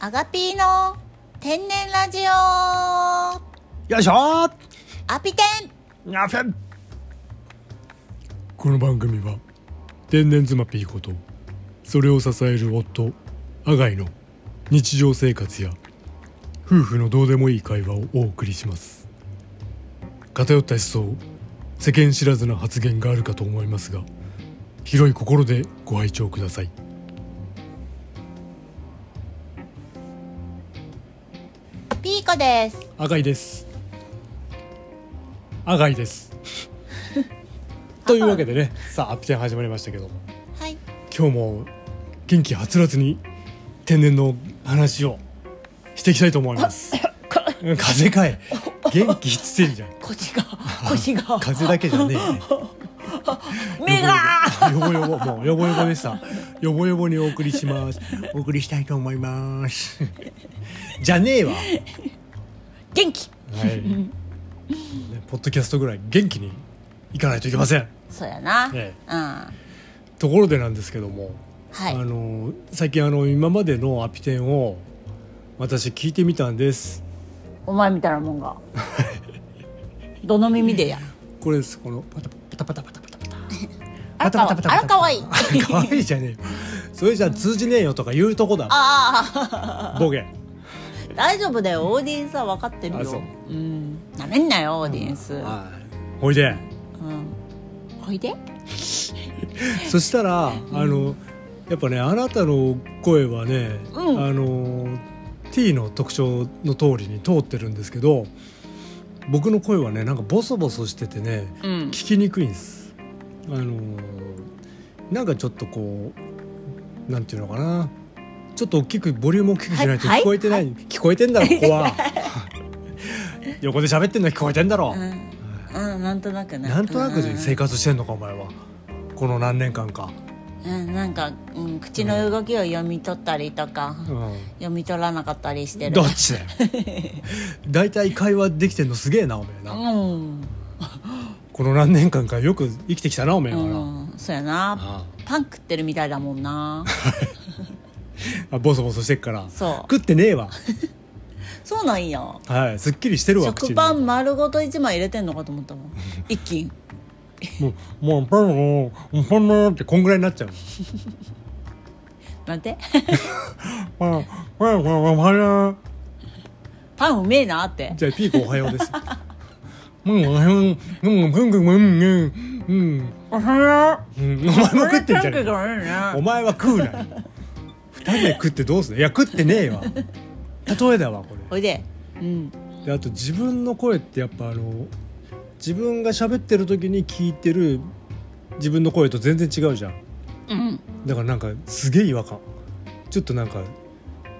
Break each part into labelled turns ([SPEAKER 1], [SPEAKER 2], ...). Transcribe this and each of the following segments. [SPEAKER 1] アガピーの天然ラジオア
[SPEAKER 2] よいしょー
[SPEAKER 1] ピテン
[SPEAKER 2] にゃふん
[SPEAKER 3] この番組は天然妻ピーコとそれを支える夫アガイの日常生活や夫婦のどうでもいい会話をお送りします偏った思想世間知らずな発言があるかと思いますが広い心でご拝聴ください
[SPEAKER 1] ピーコです
[SPEAKER 3] アガイですアガイですというわけでねさあアップテン始まりましたけども
[SPEAKER 1] はい
[SPEAKER 3] 今日も元気はつらつに天然の話をしていきたいと思います。うん風邪かい。元気っつってんじゃん。
[SPEAKER 1] 腰が 腰 が
[SPEAKER 3] 風邪だけじゃねえね。
[SPEAKER 1] 目が
[SPEAKER 3] よぼよぼもうよぼよぼでした。よぼよぼにお送りします。お送りしたいと思います。じゃねえわ。は
[SPEAKER 1] 元気
[SPEAKER 3] い。ねポッドキャストぐらい元気にいかないといけません。
[SPEAKER 1] そうやな、
[SPEAKER 3] ええ
[SPEAKER 1] うんは
[SPEAKER 3] ところでなんですけども。
[SPEAKER 1] い
[SPEAKER 3] あの最近あの今までのアピテンを私聞いてみたんです
[SPEAKER 1] お前みたいなもん がどの耳でや
[SPEAKER 3] これですこのパタパタパタパタパタパタ
[SPEAKER 1] あらかわあらかわいい
[SPEAKER 3] 可愛いじゃねえよそれじゃあ通じねえよとか言うとこだ
[SPEAKER 1] ああ
[SPEAKER 3] ボケ
[SPEAKER 1] 大丈夫だよオーディエンスは分かってる
[SPEAKER 3] あそ
[SPEAKER 1] よ
[SPEAKER 3] う
[SPEAKER 1] うんなめんなよオーディエンスうん
[SPEAKER 3] ほいで
[SPEAKER 1] おいで
[SPEAKER 3] そしたらあのやっぱねあなたの声はね、
[SPEAKER 1] うん
[SPEAKER 3] あの T の特徴の通りに通ってるんですけど僕の声はねなんかボソボソしててね
[SPEAKER 1] うん
[SPEAKER 3] 聞きにくいんですあのなんかちょっとこうなんていうのかなちょっと大きくボリューム大きくしないと
[SPEAKER 1] はい
[SPEAKER 3] 聞こえてない、聞こえてん だろここは横で喋ってんの聞こえてんだろ
[SPEAKER 1] う、んうんなんとなくね
[SPEAKER 3] なんとなく
[SPEAKER 1] うん
[SPEAKER 3] 生活してんのかお前はこの何年間か、
[SPEAKER 1] うん、なんか、うん、口の動きを読み取ったりとか、
[SPEAKER 3] う
[SPEAKER 1] 読み取らなかったりして
[SPEAKER 3] ん、
[SPEAKER 1] る
[SPEAKER 3] どっ ちだよ大体会話できてんのすげえなおめえな、
[SPEAKER 1] うん、
[SPEAKER 3] この何年間かよく生きてきたなおめえはな、
[SPEAKER 1] うん、そうやな
[SPEAKER 3] あ
[SPEAKER 1] パン食ってるみたいだもん な
[SPEAKER 3] あボソボソしてっから
[SPEAKER 1] そう
[SPEAKER 3] 食ってねえわ
[SPEAKER 1] そうなんや
[SPEAKER 3] はいすっきりしてるわ
[SPEAKER 1] 食
[SPEAKER 3] に
[SPEAKER 1] パン丸ごと一枚入れてんのかと思ったもん一斤
[SPEAKER 3] もう、もう、パンの、パンのってこんぐらいになっちゃう。
[SPEAKER 1] なんて
[SPEAKER 3] パン、パン、パン、パン、
[SPEAKER 1] パンうめえなって
[SPEAKER 3] じゃあ、ピークおはようです。うん、おはよう、うん、うん、うん、うん、うん、うん、
[SPEAKER 1] おはよ
[SPEAKER 3] うん、お前も食ってんじゃねえか。お
[SPEAKER 1] ね
[SPEAKER 3] 前は食うなよ。二人で食ってどうすんのいや、食ってねえわ。例えだわ、こ
[SPEAKER 1] おいでうん
[SPEAKER 3] れ。で、あと自分の声ってやっぱあの、自分が喋ってる時に聞いてる自分の声と全然違うじゃん。
[SPEAKER 1] うん
[SPEAKER 3] だからなんか、すげえ違和感。ちょっとなんか、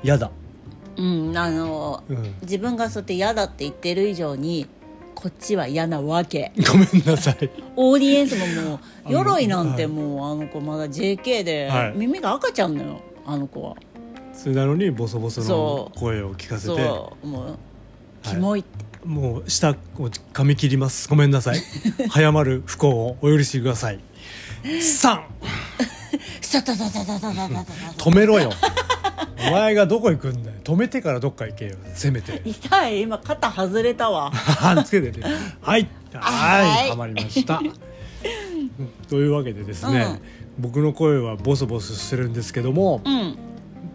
[SPEAKER 3] 嫌だ。
[SPEAKER 1] うんあの
[SPEAKER 3] うん。
[SPEAKER 1] 自分がそうやって嫌だって言ってる以上にこっちは嫌なわけ
[SPEAKER 3] ごめんなさい。
[SPEAKER 1] オーディエンスももう
[SPEAKER 3] の
[SPEAKER 1] 鎧なんてもうあの子まだ JK で
[SPEAKER 3] はい
[SPEAKER 1] 耳が赤ちゃんのよあの子は
[SPEAKER 3] それなのにボソボソ
[SPEAKER 1] そ
[SPEAKER 3] の
[SPEAKER 1] う
[SPEAKER 3] 声を聞かせて
[SPEAKER 1] そうもう
[SPEAKER 3] はい
[SPEAKER 1] キモいって
[SPEAKER 3] もう舌を噛み切りますごめんなさい早まる不幸をお許しください3
[SPEAKER 1] サタタタタタタタタタ
[SPEAKER 3] 止めろ よお前がどこ行くんだよ止めてからどっか行けよせめて
[SPEAKER 1] 痛い今肩外れたわ
[SPEAKER 3] はんつけててはい
[SPEAKER 1] は
[SPEAKER 3] はいいはまりましたというわけでです
[SPEAKER 1] う
[SPEAKER 3] ね
[SPEAKER 1] ん、
[SPEAKER 3] 僕の声はボソボソしてるんですけども、
[SPEAKER 1] うん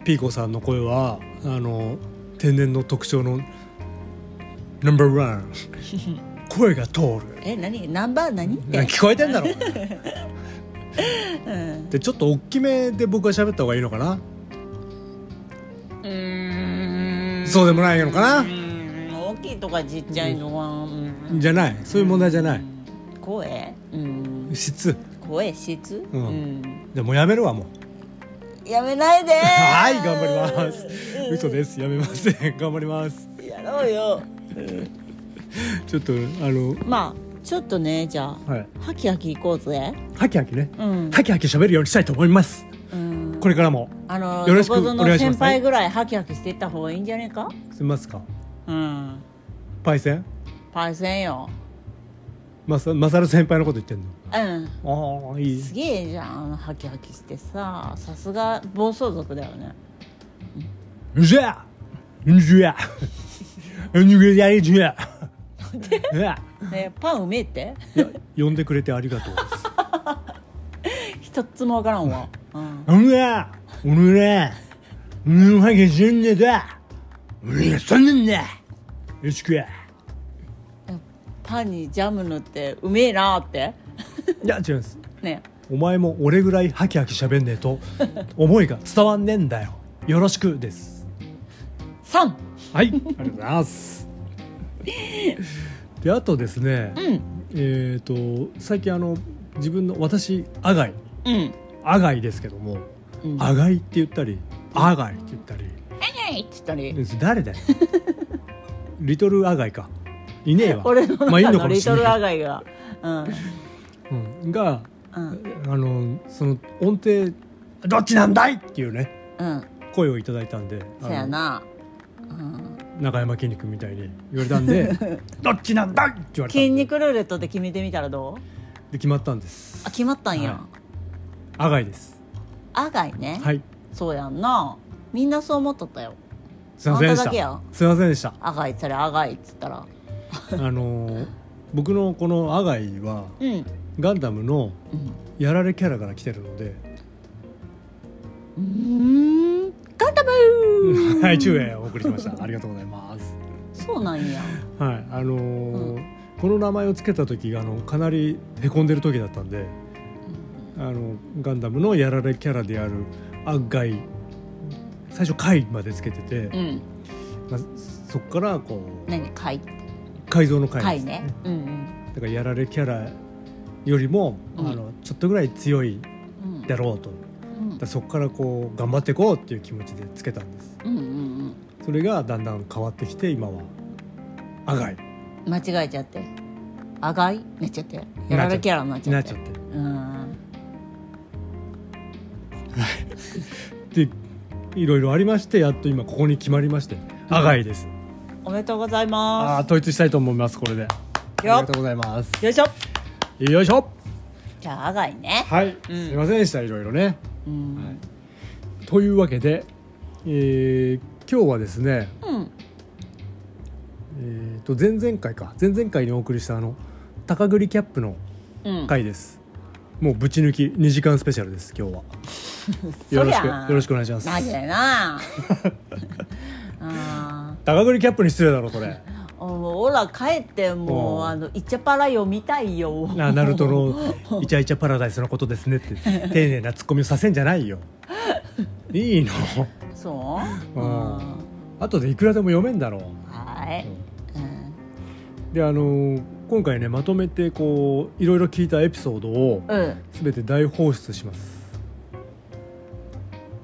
[SPEAKER 3] ピーコさんの声はあの天然の特徴のナンバーワン声が通る
[SPEAKER 1] え何ナンバー何っ
[SPEAKER 3] な
[SPEAKER 1] て
[SPEAKER 3] 聞こえてんだろうなでちょっと大きめで僕は喋った方がいいのかな
[SPEAKER 1] うーん
[SPEAKER 3] そうでもないのか
[SPEAKER 1] う
[SPEAKER 3] な
[SPEAKER 1] ーん大きいとかちっちゃいのはうん
[SPEAKER 3] じゃないそういう問題じゃない
[SPEAKER 1] 声うん
[SPEAKER 3] 質
[SPEAKER 1] 声質う
[SPEAKER 3] うん
[SPEAKER 1] ん
[SPEAKER 3] でもうやめるわもう
[SPEAKER 1] やめないで
[SPEAKER 3] はい頑張ります嘘ですやめません頑張ります
[SPEAKER 1] やろうよ
[SPEAKER 3] ちょっとあの
[SPEAKER 1] まあちょっとねじゃあ
[SPEAKER 3] はい
[SPEAKER 1] ハキハキ行こうぜ
[SPEAKER 3] ハキハキね
[SPEAKER 1] うん、
[SPEAKER 3] ハキハキ喋るようにしたいと思います
[SPEAKER 1] うん、
[SPEAKER 3] これからも
[SPEAKER 1] あの
[SPEAKER 3] よろしく
[SPEAKER 1] どこぞ
[SPEAKER 3] お願
[SPEAKER 1] の
[SPEAKER 3] いします
[SPEAKER 1] 先輩ぐらいハキハキしていった方がいいんじゃねえか
[SPEAKER 3] すみますか
[SPEAKER 1] うん
[SPEAKER 3] パイセン
[SPEAKER 1] パイセンよ
[SPEAKER 3] マサマサル先輩のこと言ってんの
[SPEAKER 1] うん
[SPEAKER 3] ああいい
[SPEAKER 1] すげえじゃんあのハキハキしてささすが暴走族だよね
[SPEAKER 3] じゃあじゃあじゃあじゃあ
[SPEAKER 1] ねパンうめえ って
[SPEAKER 3] いや 呼んでくれてありがとうです
[SPEAKER 1] 一つもわからん わ、うん、
[SPEAKER 3] 俺は俺は俺のハゲ死んでた俺が死んでんだよしくや
[SPEAKER 1] パンにジャム塗ってうめえなって
[SPEAKER 3] いや違います
[SPEAKER 1] ね
[SPEAKER 3] お前も俺ぐらいハキハキ喋んねえと思いが伝わんねえんだよよろしくです
[SPEAKER 1] 3
[SPEAKER 3] はいありがとうございますであとですね、
[SPEAKER 1] うん
[SPEAKER 3] えっ、と最近あの自分の私アガイ
[SPEAKER 1] うん
[SPEAKER 3] アガイですけども、
[SPEAKER 1] うん
[SPEAKER 3] アガイって言ったりアガイって言ったり
[SPEAKER 1] えいっつったり
[SPEAKER 3] 誰だよリトルアガイかいねえわ
[SPEAKER 1] 俺の
[SPEAKER 3] まあいい
[SPEAKER 1] 中
[SPEAKER 3] のか
[SPEAKER 1] の
[SPEAKER 3] も
[SPEAKER 1] リ
[SPEAKER 3] しれ
[SPEAKER 1] トル
[SPEAKER 3] な
[SPEAKER 1] ア
[SPEAKER 3] い
[SPEAKER 1] ガイが、うん
[SPEAKER 3] うんが
[SPEAKER 1] うん
[SPEAKER 3] あのその音程「どっちなんだい!」っていうね
[SPEAKER 1] うん
[SPEAKER 3] 声をいただいたんで
[SPEAKER 1] そやな、うん、
[SPEAKER 3] あの中山きんに君みたいに言われたん で「どっちなんだい!」って言われたんで
[SPEAKER 1] 筋肉ルーレットで決めてみたらどう
[SPEAKER 3] で決まったんです
[SPEAKER 1] あ決まったんや、
[SPEAKER 3] はアガイです
[SPEAKER 1] アガイね、
[SPEAKER 3] はい
[SPEAKER 1] そうやんなみんなそう思っとったよ
[SPEAKER 3] すいませんで
[SPEAKER 1] あんただけ
[SPEAKER 3] し
[SPEAKER 1] や
[SPEAKER 3] たすいません でした
[SPEAKER 1] アガイそれアガイっつったら
[SPEAKER 3] あのー僕のこのアガイは
[SPEAKER 1] うん
[SPEAKER 3] ガンダムの
[SPEAKER 1] うん
[SPEAKER 3] やられキャラから来てるの で
[SPEAKER 1] うーんガンダム
[SPEAKER 3] はい中へお送りしましたありがとうございます
[SPEAKER 1] そうなんや
[SPEAKER 3] はいあのー
[SPEAKER 1] う
[SPEAKER 3] この名前を付けた時があのかなりへこんでる時だったんであのガンダムのやられキャラであるアガイ最初「カイ」までつけてて、
[SPEAKER 1] うん
[SPEAKER 3] まあ、そこからこう
[SPEAKER 1] 何貝
[SPEAKER 3] 改造の回
[SPEAKER 1] 貝
[SPEAKER 3] です
[SPEAKER 1] ねうんうん
[SPEAKER 3] だからやられキャラよりも、
[SPEAKER 1] うん
[SPEAKER 3] あのちょっとぐらい強い
[SPEAKER 1] うん
[SPEAKER 3] だろうと
[SPEAKER 1] うん
[SPEAKER 3] だからそこからこう頑張っていこうっていう気持ちでつけたんです
[SPEAKER 1] うんうん
[SPEAKER 3] それがだんだん変わってきて今はアガイ
[SPEAKER 1] うん間違えちゃってアガイなっちゃってやられキャラになっ
[SPEAKER 3] に
[SPEAKER 1] ちゃ
[SPEAKER 3] な
[SPEAKER 1] っ
[SPEAKER 3] っち
[SPEAKER 1] て
[SPEAKER 3] ゃって
[SPEAKER 1] うん
[SPEAKER 3] でいろいろありましてやっと今ここに決まりましてアガイです
[SPEAKER 1] おめでとうござい
[SPEAKER 3] ああ
[SPEAKER 1] ま
[SPEAKER 3] 統一したいと思いますこれであ
[SPEAKER 1] す
[SPEAKER 3] り
[SPEAKER 1] よ
[SPEAKER 3] がとうございます
[SPEAKER 1] よいしょ
[SPEAKER 3] よいしょ
[SPEAKER 1] じゃあアガイね
[SPEAKER 3] はい、
[SPEAKER 1] うん
[SPEAKER 3] すいませんでしたいろいろね、
[SPEAKER 1] うん
[SPEAKER 3] はいというわけで、えー今日はですね、
[SPEAKER 1] うん
[SPEAKER 3] えー、と前々回か前々回にお送りしたあの高栗キャップの
[SPEAKER 1] うん
[SPEAKER 3] 回です、もうぶち抜き2時間スペシャルです今 日はよろし
[SPEAKER 1] そり
[SPEAKER 3] くよ
[SPEAKER 1] ゃあ
[SPEAKER 3] ろしくお願いします
[SPEAKER 1] マジで なあ
[SPEAKER 3] 高栗キャップに失礼だろこれ
[SPEAKER 1] ーおおら帰っても
[SPEAKER 3] お
[SPEAKER 1] う
[SPEAKER 3] う
[SPEAKER 1] あのイチャパラ読みたいよ
[SPEAKER 3] なナルトのイチャイチャパラダイスのことですねって丁寧なツッコミをさせんじゃな いよいいの
[SPEAKER 1] そう、
[SPEAKER 3] うん
[SPEAKER 1] うん
[SPEAKER 3] 後でいくらでも読めんだろう
[SPEAKER 1] はい、うん
[SPEAKER 3] であのー今回ねまとめてこういろいろ聞いたエピソードを
[SPEAKER 1] うん、
[SPEAKER 3] 全て大放出します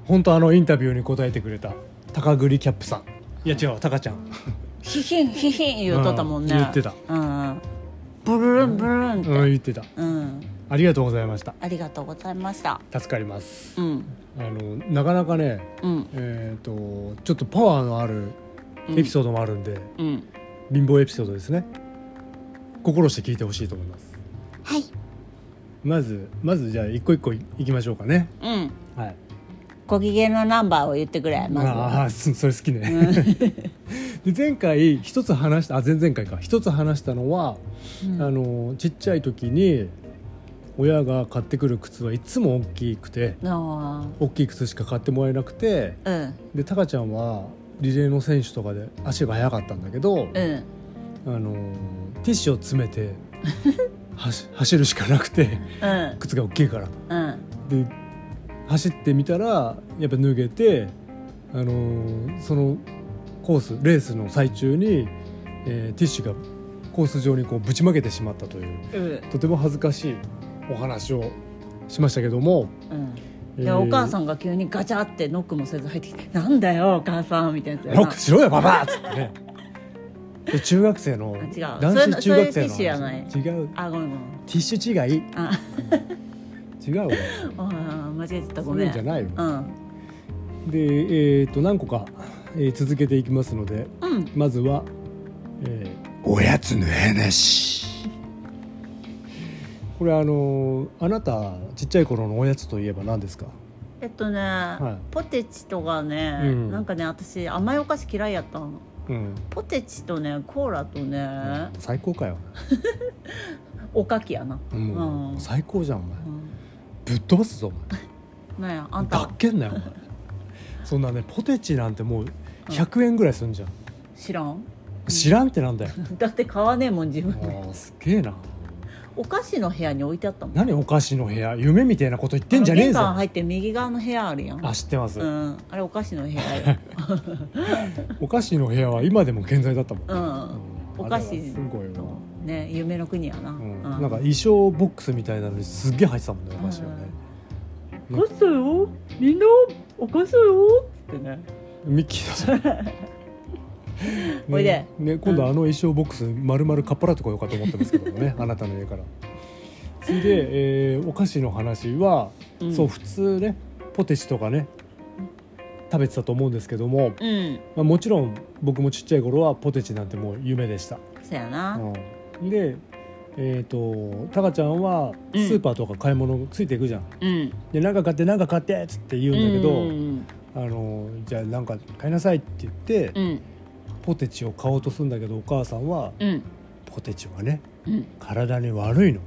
[SPEAKER 3] 本当あのインタビューに答えてくれた高栗キャップさんいや違うタカちゃん
[SPEAKER 1] ヒヒンヒヒン言うとったもんね、
[SPEAKER 3] うん言ってた
[SPEAKER 1] うん、ブルルンブルルンって、
[SPEAKER 3] うん言ってた
[SPEAKER 1] うん、
[SPEAKER 3] ありがとうございました
[SPEAKER 1] ありがとうございました
[SPEAKER 3] 助かります
[SPEAKER 1] うん
[SPEAKER 3] あのなかなかね
[SPEAKER 1] うん
[SPEAKER 3] えっ、とちょっとパワーのあるエピソードもあるんで、
[SPEAKER 1] うん
[SPEAKER 3] 貧乏エピソードですね心して聞いてほしいと思います
[SPEAKER 1] はい
[SPEAKER 3] まずまずじゃあ一個一個いいきましょうかね
[SPEAKER 1] うん
[SPEAKER 3] はい
[SPEAKER 1] ご機嫌のナンバーを言ってくれまず
[SPEAKER 3] ああそそれ好きね で前回一つ話したあ前々回か一つ話したのは、
[SPEAKER 1] うん
[SPEAKER 3] あのちっちゃい時に親が買ってくる靴はいつも大きくて
[SPEAKER 1] あ
[SPEAKER 3] 大きい靴しか買ってもらえなくて
[SPEAKER 1] ーうん
[SPEAKER 3] でタカちゃんはリレーの選手とかで足が速かったんだけど、
[SPEAKER 1] うん
[SPEAKER 3] あのティッシュを詰め て走走るしかなくて
[SPEAKER 1] うん
[SPEAKER 3] 靴が大きいから。
[SPEAKER 1] うん
[SPEAKER 3] で走ってみたらやっぱ脱げて、あのーそのコースレースの最中に、えーティッシュがコース上にこうぶちまけてしまったという
[SPEAKER 1] うん
[SPEAKER 3] とても恥ずかしいお話をしましたけども、
[SPEAKER 1] うん
[SPEAKER 3] え
[SPEAKER 1] で、お母さんが急にガチャってノックもせず入ってきて「なんだよお母さん」みたいなやつ
[SPEAKER 3] ロックしろよババア!」っつってねで中学生の
[SPEAKER 1] 違う
[SPEAKER 3] 男子中学生の
[SPEAKER 1] それそういうティッシ
[SPEAKER 3] 話違う
[SPEAKER 1] あごめんごめん
[SPEAKER 3] ティッシュ違い
[SPEAKER 1] あ
[SPEAKER 3] 違うわ
[SPEAKER 1] あ間違えてたご
[SPEAKER 3] そう
[SPEAKER 1] め
[SPEAKER 3] いうんんじゃないよ
[SPEAKER 1] うん
[SPEAKER 3] でえっ、と何個か、えー続けていきますので
[SPEAKER 1] うん
[SPEAKER 3] まずは、えーおやつの話これあのーあなたちっちゃい頃のおやつといえば何ですか
[SPEAKER 1] えっとね、
[SPEAKER 3] い
[SPEAKER 1] ポテチとかね、
[SPEAKER 3] うん
[SPEAKER 1] なんかね私甘いお菓子嫌いやったの
[SPEAKER 3] うん
[SPEAKER 1] ポテチとねコーラとね
[SPEAKER 3] 最高かよ、
[SPEAKER 1] おかきやな
[SPEAKER 3] もう
[SPEAKER 1] うん
[SPEAKER 3] 最高じゃんお前
[SPEAKER 1] うん
[SPEAKER 3] ぶっ飛ばすぞお前
[SPEAKER 1] なんやあん
[SPEAKER 3] ば
[SPEAKER 1] た
[SPEAKER 3] っけんなよお 前そんなねポテチなんてもう100円ぐらいすんじゃん、
[SPEAKER 1] 知らん
[SPEAKER 3] 知らんってなんだよ
[SPEAKER 1] だって買わねえもん自分で
[SPEAKER 3] あーすげえな
[SPEAKER 1] お菓子の部屋に置いてあったもん
[SPEAKER 3] 何お菓子の部屋夢みたいなこと言ってんじゃねえ
[SPEAKER 1] 玄関
[SPEAKER 3] ぞ
[SPEAKER 1] 入って右側の部屋あるやん
[SPEAKER 3] あ知ってます、
[SPEAKER 1] うんあれお菓子の部屋 よ
[SPEAKER 3] お菓子の部屋は今でも健在だったもん、
[SPEAKER 1] うんお菓子
[SPEAKER 3] あれはすごいわ
[SPEAKER 1] ね夢の国やな、
[SPEAKER 3] うんなんか衣装ボックスみたいなのにすっげえ入ってたもんねお菓子がね、
[SPEAKER 1] お菓子よみんなお菓子よってね
[SPEAKER 3] ミッキーだぞ ね
[SPEAKER 1] おいで
[SPEAKER 3] ね、今度あの衣装ボックス丸々かっぱらってこようかと思ってますけど ねあなたの家からそれで、えーお菓子の話は、
[SPEAKER 1] うん
[SPEAKER 3] そう普通ねポテチとかね食べてたと思うんですけども、
[SPEAKER 1] うん
[SPEAKER 3] まあ、もちろん僕もちっちゃい頃はポテチなんてもう夢でした、
[SPEAKER 1] そやな、
[SPEAKER 3] うん、でえっ、とタカちゃんはスーパーとか買い物ついていくじゃん、
[SPEAKER 1] うん
[SPEAKER 3] でなんか買ってなんか買ってっつって言うんだけど、
[SPEAKER 1] うん
[SPEAKER 3] あのじゃあなんか買いなさいって言って、
[SPEAKER 1] うん
[SPEAKER 3] ポテチを買おうとするんだけどお母さんは
[SPEAKER 1] うん
[SPEAKER 3] ポテチはね
[SPEAKER 1] うん
[SPEAKER 3] 体に悪いの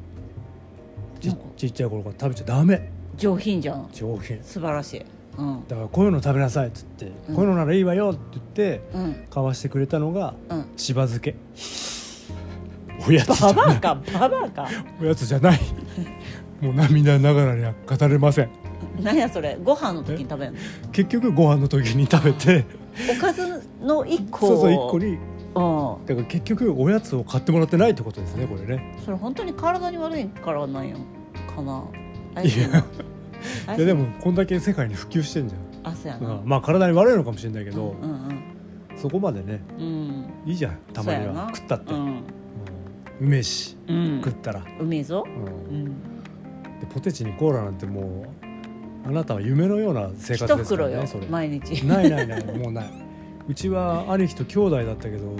[SPEAKER 3] ち
[SPEAKER 1] なんか
[SPEAKER 3] ちっちゃい頃から食べちゃダメ
[SPEAKER 1] 上品じゃん
[SPEAKER 3] 上品
[SPEAKER 1] 素晴らしいうん
[SPEAKER 3] だからこういうの食べなさいっつって、
[SPEAKER 1] うん
[SPEAKER 3] こういうのならいいわよって言って
[SPEAKER 1] うん
[SPEAKER 3] 買わしてくれたのが
[SPEAKER 1] うん
[SPEAKER 3] しば漬 けおやつじ
[SPEAKER 1] バ
[SPEAKER 3] ゃ
[SPEAKER 1] バ
[SPEAKER 3] な
[SPEAKER 1] ア
[SPEAKER 3] い
[SPEAKER 1] かババア か
[SPEAKER 3] おやつじゃないもう涙ながらには語れません
[SPEAKER 1] なんやそれご飯の時に食べるの
[SPEAKER 3] 結局ご飯の時に食べて
[SPEAKER 1] おかずの一個を
[SPEAKER 3] そうそう1個に
[SPEAKER 1] う
[SPEAKER 3] だから結局おやつを買ってもらってないってことですねこれね
[SPEAKER 1] んそれ本当に体に悪いからなんやかなあれ
[SPEAKER 3] いや
[SPEAKER 1] あれ
[SPEAKER 3] いやでもこんだけ世界に普及してんじゃん
[SPEAKER 1] あそうやな
[SPEAKER 3] うんまあ体に悪いのかもしれないけ
[SPEAKER 1] う
[SPEAKER 3] ど、
[SPEAKER 1] んうん
[SPEAKER 3] そこまでね
[SPEAKER 1] うん
[SPEAKER 3] いいじゃんたまに
[SPEAKER 1] そうや
[SPEAKER 3] は
[SPEAKER 1] な
[SPEAKER 3] 食ったって、
[SPEAKER 1] う
[SPEAKER 3] うん
[SPEAKER 1] ん
[SPEAKER 3] うめえし、
[SPEAKER 1] うん
[SPEAKER 3] 食ったら、
[SPEAKER 1] うめえぞ
[SPEAKER 3] うん
[SPEAKER 1] うん
[SPEAKER 3] でポテチにコーラなんてもうあなたは夢のような生活
[SPEAKER 1] 一
[SPEAKER 3] ですか
[SPEAKER 1] 袋
[SPEAKER 3] ら
[SPEAKER 1] よ
[SPEAKER 3] ねそれ
[SPEAKER 1] 毎日
[SPEAKER 3] ないないないもうないうちは兄貴と兄弟だったけど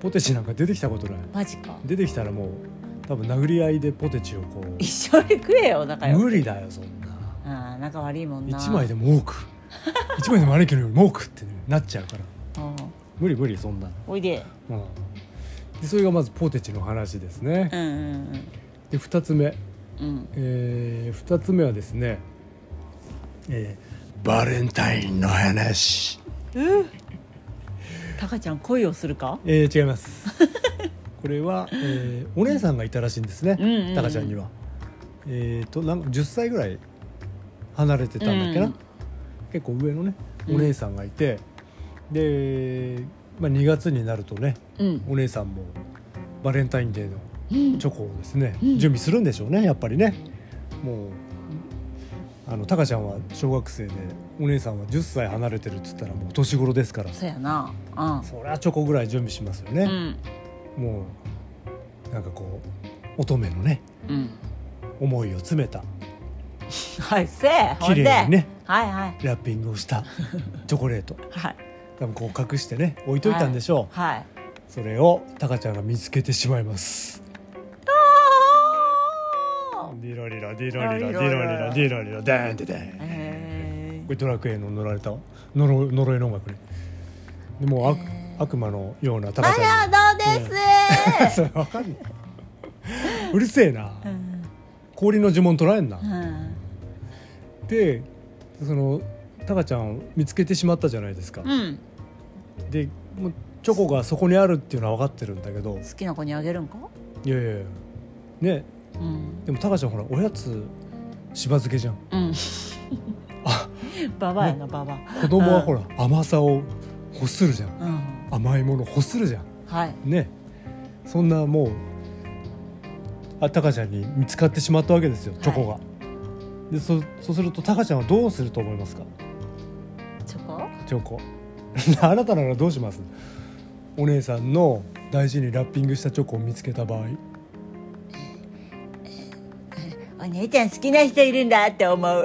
[SPEAKER 3] ポテチなんか出てきたことない
[SPEAKER 1] マジか
[SPEAKER 3] 出てきたらもう多分殴り合いでポテチをこ
[SPEAKER 1] 一
[SPEAKER 3] う
[SPEAKER 1] 緒に食えよ仲良く
[SPEAKER 3] 無理だよそんな
[SPEAKER 1] ああ仲悪いもんな
[SPEAKER 3] 1枚でも多 く1枚でも兄貴のよりも多くって、なっちゃうから
[SPEAKER 1] うん
[SPEAKER 3] 無理無理そんな
[SPEAKER 1] おいで
[SPEAKER 3] うんでそれがまずポテチの話ですね
[SPEAKER 1] うんうん
[SPEAKER 3] で2つ目、
[SPEAKER 1] うんうん
[SPEAKER 3] え2つ目はですね、えーバレンタインの話
[SPEAKER 1] タカちゃん恋をするか
[SPEAKER 3] えー違います これは、えーお姉さんがいたらしいんですね、
[SPEAKER 1] うんうんうん
[SPEAKER 3] タカちゃんにはえっ、となんか10歳ぐらい離れてたんだっけな、
[SPEAKER 1] うん
[SPEAKER 3] 結構上のね
[SPEAKER 1] うん
[SPEAKER 3] お姉さんがいて、で、まあ、2月になるとね
[SPEAKER 1] うん
[SPEAKER 3] お姉さんもバレンタインデーの
[SPEAKER 1] うん
[SPEAKER 3] チョコをですね、
[SPEAKER 1] うん
[SPEAKER 3] 準備するんでしょうねやっぱりねもうあのタカちゃんは小学生でお姉さんは10歳離れてるっつったらもう年頃ですから
[SPEAKER 1] そうやなうん
[SPEAKER 3] そりゃチョコぐらい準備しますよ
[SPEAKER 1] う
[SPEAKER 3] ね、
[SPEAKER 1] ん
[SPEAKER 3] もうなんかこう乙女のね
[SPEAKER 1] うん
[SPEAKER 3] 思いを詰めた
[SPEAKER 1] はいせえほん
[SPEAKER 3] 綺
[SPEAKER 1] で
[SPEAKER 3] 麗にね
[SPEAKER 1] はいはい
[SPEAKER 3] ラッピングを したチョコレート
[SPEAKER 1] はい
[SPEAKER 3] 多分こう隠してね置いといたんでしょう、
[SPEAKER 1] はい
[SPEAKER 3] それをタカちゃんが見つけてしまいます
[SPEAKER 1] あー
[SPEAKER 3] ディロリラディロリラディロリラディロリラデーンデデーン
[SPEAKER 1] え
[SPEAKER 3] これドラクエの乗られた呪い呪いの音楽ねでもう悪,、
[SPEAKER 1] えー
[SPEAKER 3] 悪魔のような
[SPEAKER 1] ー
[SPEAKER 3] 高
[SPEAKER 1] あ
[SPEAKER 3] さ
[SPEAKER 1] やだで
[SPEAKER 3] に それわかんないうるせえな
[SPEAKER 1] すうん
[SPEAKER 3] 氷の呪文捉えんな、
[SPEAKER 1] うん
[SPEAKER 3] でそのタカちゃんを見つけてしまったじゃないですか、
[SPEAKER 1] うん
[SPEAKER 3] でもうチョコがそこにあるっていうのは分かってるんだけど
[SPEAKER 1] 好きな子にあげるんか
[SPEAKER 3] いやいやいやね
[SPEAKER 1] うん
[SPEAKER 3] でもタカちゃんほらおやつしば漬けじゃん
[SPEAKER 1] うん
[SPEAKER 3] あ
[SPEAKER 1] ババアやなババ
[SPEAKER 3] 子供は
[SPEAKER 1] うん
[SPEAKER 3] ほら甘さを欲するじゃん
[SPEAKER 1] アうん
[SPEAKER 3] 甘いもの欲するじゃん
[SPEAKER 1] はい
[SPEAKER 3] ねそんなもうあタカちゃんに見つかってしまったわけですよチョコが、でそそうするとタカちゃんはどうすると思いますか
[SPEAKER 1] チョコ
[SPEAKER 3] チョコ あなたならどうしますお姉さんの大事にラッピングしたチョコを見つけた場合
[SPEAKER 1] お姉ちゃん好きな人いるんだって思う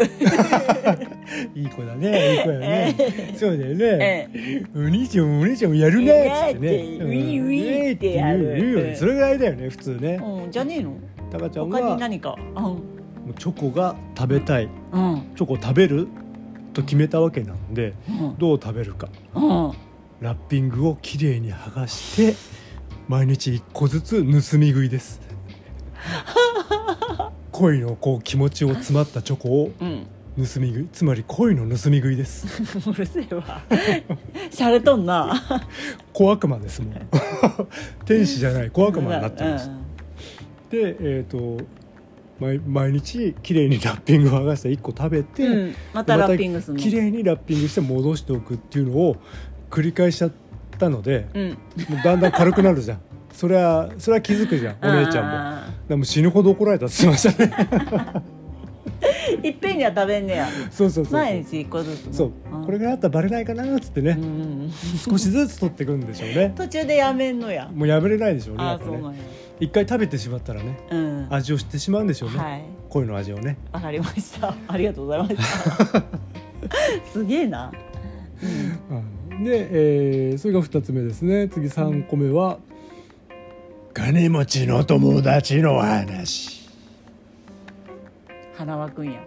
[SPEAKER 3] いい子だねいい子 だねそうだよね
[SPEAKER 1] え
[SPEAKER 3] お兄ちゃんお兄ちゃんもやるねっつってね
[SPEAKER 1] いいねって
[SPEAKER 3] うん
[SPEAKER 1] ウィウィってやる
[SPEAKER 3] ウィウィって言うよねそれぐらいだよね普通ね
[SPEAKER 1] うんじゃねえの
[SPEAKER 3] タカちゃん
[SPEAKER 1] 他
[SPEAKER 3] は
[SPEAKER 1] に何かうん
[SPEAKER 3] もうチョコが食べたい
[SPEAKER 1] うん
[SPEAKER 3] チョコを食べると決めたわけなんで
[SPEAKER 1] うん
[SPEAKER 3] どう食べるか
[SPEAKER 1] うん
[SPEAKER 3] ラッピングをきれいに剥がして毎日一個ずつ盗み食いです 恋のこう気持ちを詰まったチョコを
[SPEAKER 1] うん
[SPEAKER 3] 盗み食いつまり恋の盗み食いです
[SPEAKER 1] うるせえ わしゃれとんな
[SPEAKER 3] 小悪魔ですも ん天使じゃない小悪魔になってます
[SPEAKER 1] うん
[SPEAKER 3] でえっ、と毎毎日綺麗にラッピングを剥がして1個食べて、
[SPEAKER 1] うん、またラッピングするの、
[SPEAKER 3] 綺麗にラッピングして戻しておくっていうのを繰り返しちゃった ので、
[SPEAKER 1] うん
[SPEAKER 3] もうだんだん軽くなるじゃんそれはそれは気づくじゃんお姉ちゃんもだか
[SPEAKER 1] あ
[SPEAKER 3] らもう死ぬほど怒られたって言ってました ね
[SPEAKER 1] ーいっぺんには食べんねや
[SPEAKER 3] そうそうそうそう
[SPEAKER 1] 毎日一個ずつ
[SPEAKER 3] そうこれ
[SPEAKER 1] が、
[SPEAKER 3] があったらバレないかなっつって
[SPEAKER 1] うん
[SPEAKER 3] ね、
[SPEAKER 1] うん、
[SPEAKER 3] 少しずつ取ってくんでしょうね
[SPEAKER 1] 途中でやめんのや
[SPEAKER 3] もうやめれないでしょうね
[SPEAKER 1] あ
[SPEAKER 3] や
[SPEAKER 1] あ
[SPEAKER 3] っぱ
[SPEAKER 1] そうな
[SPEAKER 3] ね
[SPEAKER 1] んや
[SPEAKER 3] 一回食べてしまったらね
[SPEAKER 1] うん
[SPEAKER 3] 味を知ってしまうんでしょうね、
[SPEAKER 1] はい
[SPEAKER 3] 恋の味をね
[SPEAKER 1] わかりましたありがとうございました すげえなうん
[SPEAKER 3] はいで、えーそれが2つ目ですね次3個目は金持ちの友達の話
[SPEAKER 1] 花輪くんや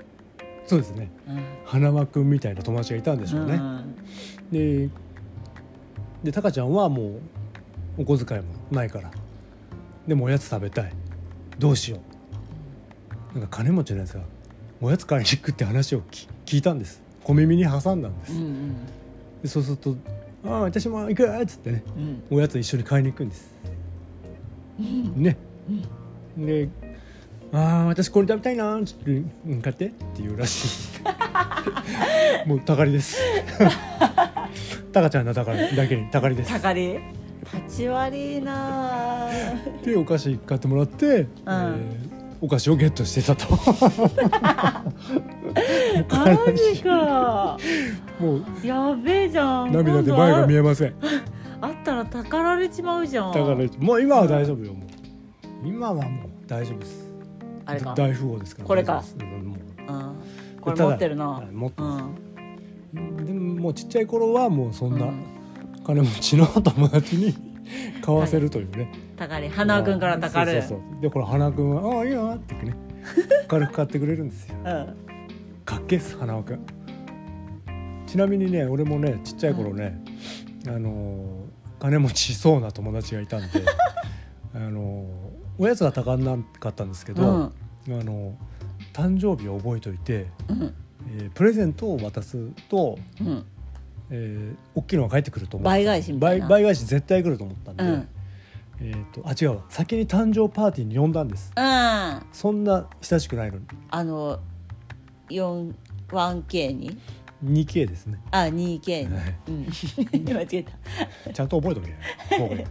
[SPEAKER 3] そうですね
[SPEAKER 1] うん
[SPEAKER 3] 花輪君みたいな友達がいたんでしょうね、ででタカちゃんはもうお小遣いもないからでもおやつ食べたいどうしようなんか金持ちのやつがおやつ買いに行くって話をき聞いたんです小耳に挟んだんで
[SPEAKER 1] う
[SPEAKER 3] す
[SPEAKER 1] んうん
[SPEAKER 3] でそうすると「ああ私も行く!」っつってね
[SPEAKER 1] うん
[SPEAKER 3] おやつ一緒に買いに行くんです
[SPEAKER 1] うん
[SPEAKER 3] ねで「ああ私これ食べたいな」ちょっとうん買って」って言うらし いもうたかりですたかちゃんのたかりだけにたかりです
[SPEAKER 1] たかり立ち割りなあ
[SPEAKER 3] でお菓子買ってもらって、えーお菓子をゲットして たと
[SPEAKER 1] マジか
[SPEAKER 3] もう
[SPEAKER 1] やべえじゃん
[SPEAKER 3] 涙で前が見
[SPEAKER 1] え
[SPEAKER 3] えません
[SPEAKER 1] あったらたかられちまうじゃん
[SPEAKER 3] だからもう今は大丈夫よもう今はもう大丈夫です
[SPEAKER 1] あれか
[SPEAKER 3] 大富豪ですから
[SPEAKER 1] これか
[SPEAKER 3] 大丈夫ですうんもう
[SPEAKER 1] うんこれ持ってる
[SPEAKER 3] た
[SPEAKER 1] な
[SPEAKER 3] だ持って
[SPEAKER 1] う
[SPEAKER 3] ま
[SPEAKER 1] ん
[SPEAKER 3] でももうちっちゃい頃はもうそんな
[SPEAKER 1] うん
[SPEAKER 3] 金持ちの友達に買わせるというね、
[SPEAKER 1] たかり花輪くんからたかる
[SPEAKER 3] そうそうそうでこれ花輪君は「ああいいな」って 言ってね軽く買ってくれるんですよ
[SPEAKER 1] うん
[SPEAKER 3] かっけえっす花輪君ちなみにね俺もねちっちゃい頃ね、あのー金持ちそうな友達がいた んであのーおやつがたかんなかったんですけど、
[SPEAKER 1] うん
[SPEAKER 3] あのー誕生日を覚えといて、
[SPEAKER 1] うん
[SPEAKER 3] えープレゼントを渡すと
[SPEAKER 1] うん
[SPEAKER 3] えー、大きいのが返ってくると思って
[SPEAKER 1] 倍返しみたい
[SPEAKER 3] 倍
[SPEAKER 1] な
[SPEAKER 3] 倍返し絶対来ると思ったんで、
[SPEAKER 1] うん
[SPEAKER 3] えー、とあ違うわ先に誕生パーティーに呼んだんです
[SPEAKER 1] うんあ
[SPEAKER 3] そんな親しくないの
[SPEAKER 1] の 4- 1K に
[SPEAKER 3] に 2K ですね
[SPEAKER 1] あ 2K に、
[SPEAKER 3] はい
[SPEAKER 1] うん 間違えた
[SPEAKER 3] ちゃんと覚えとけ僕ね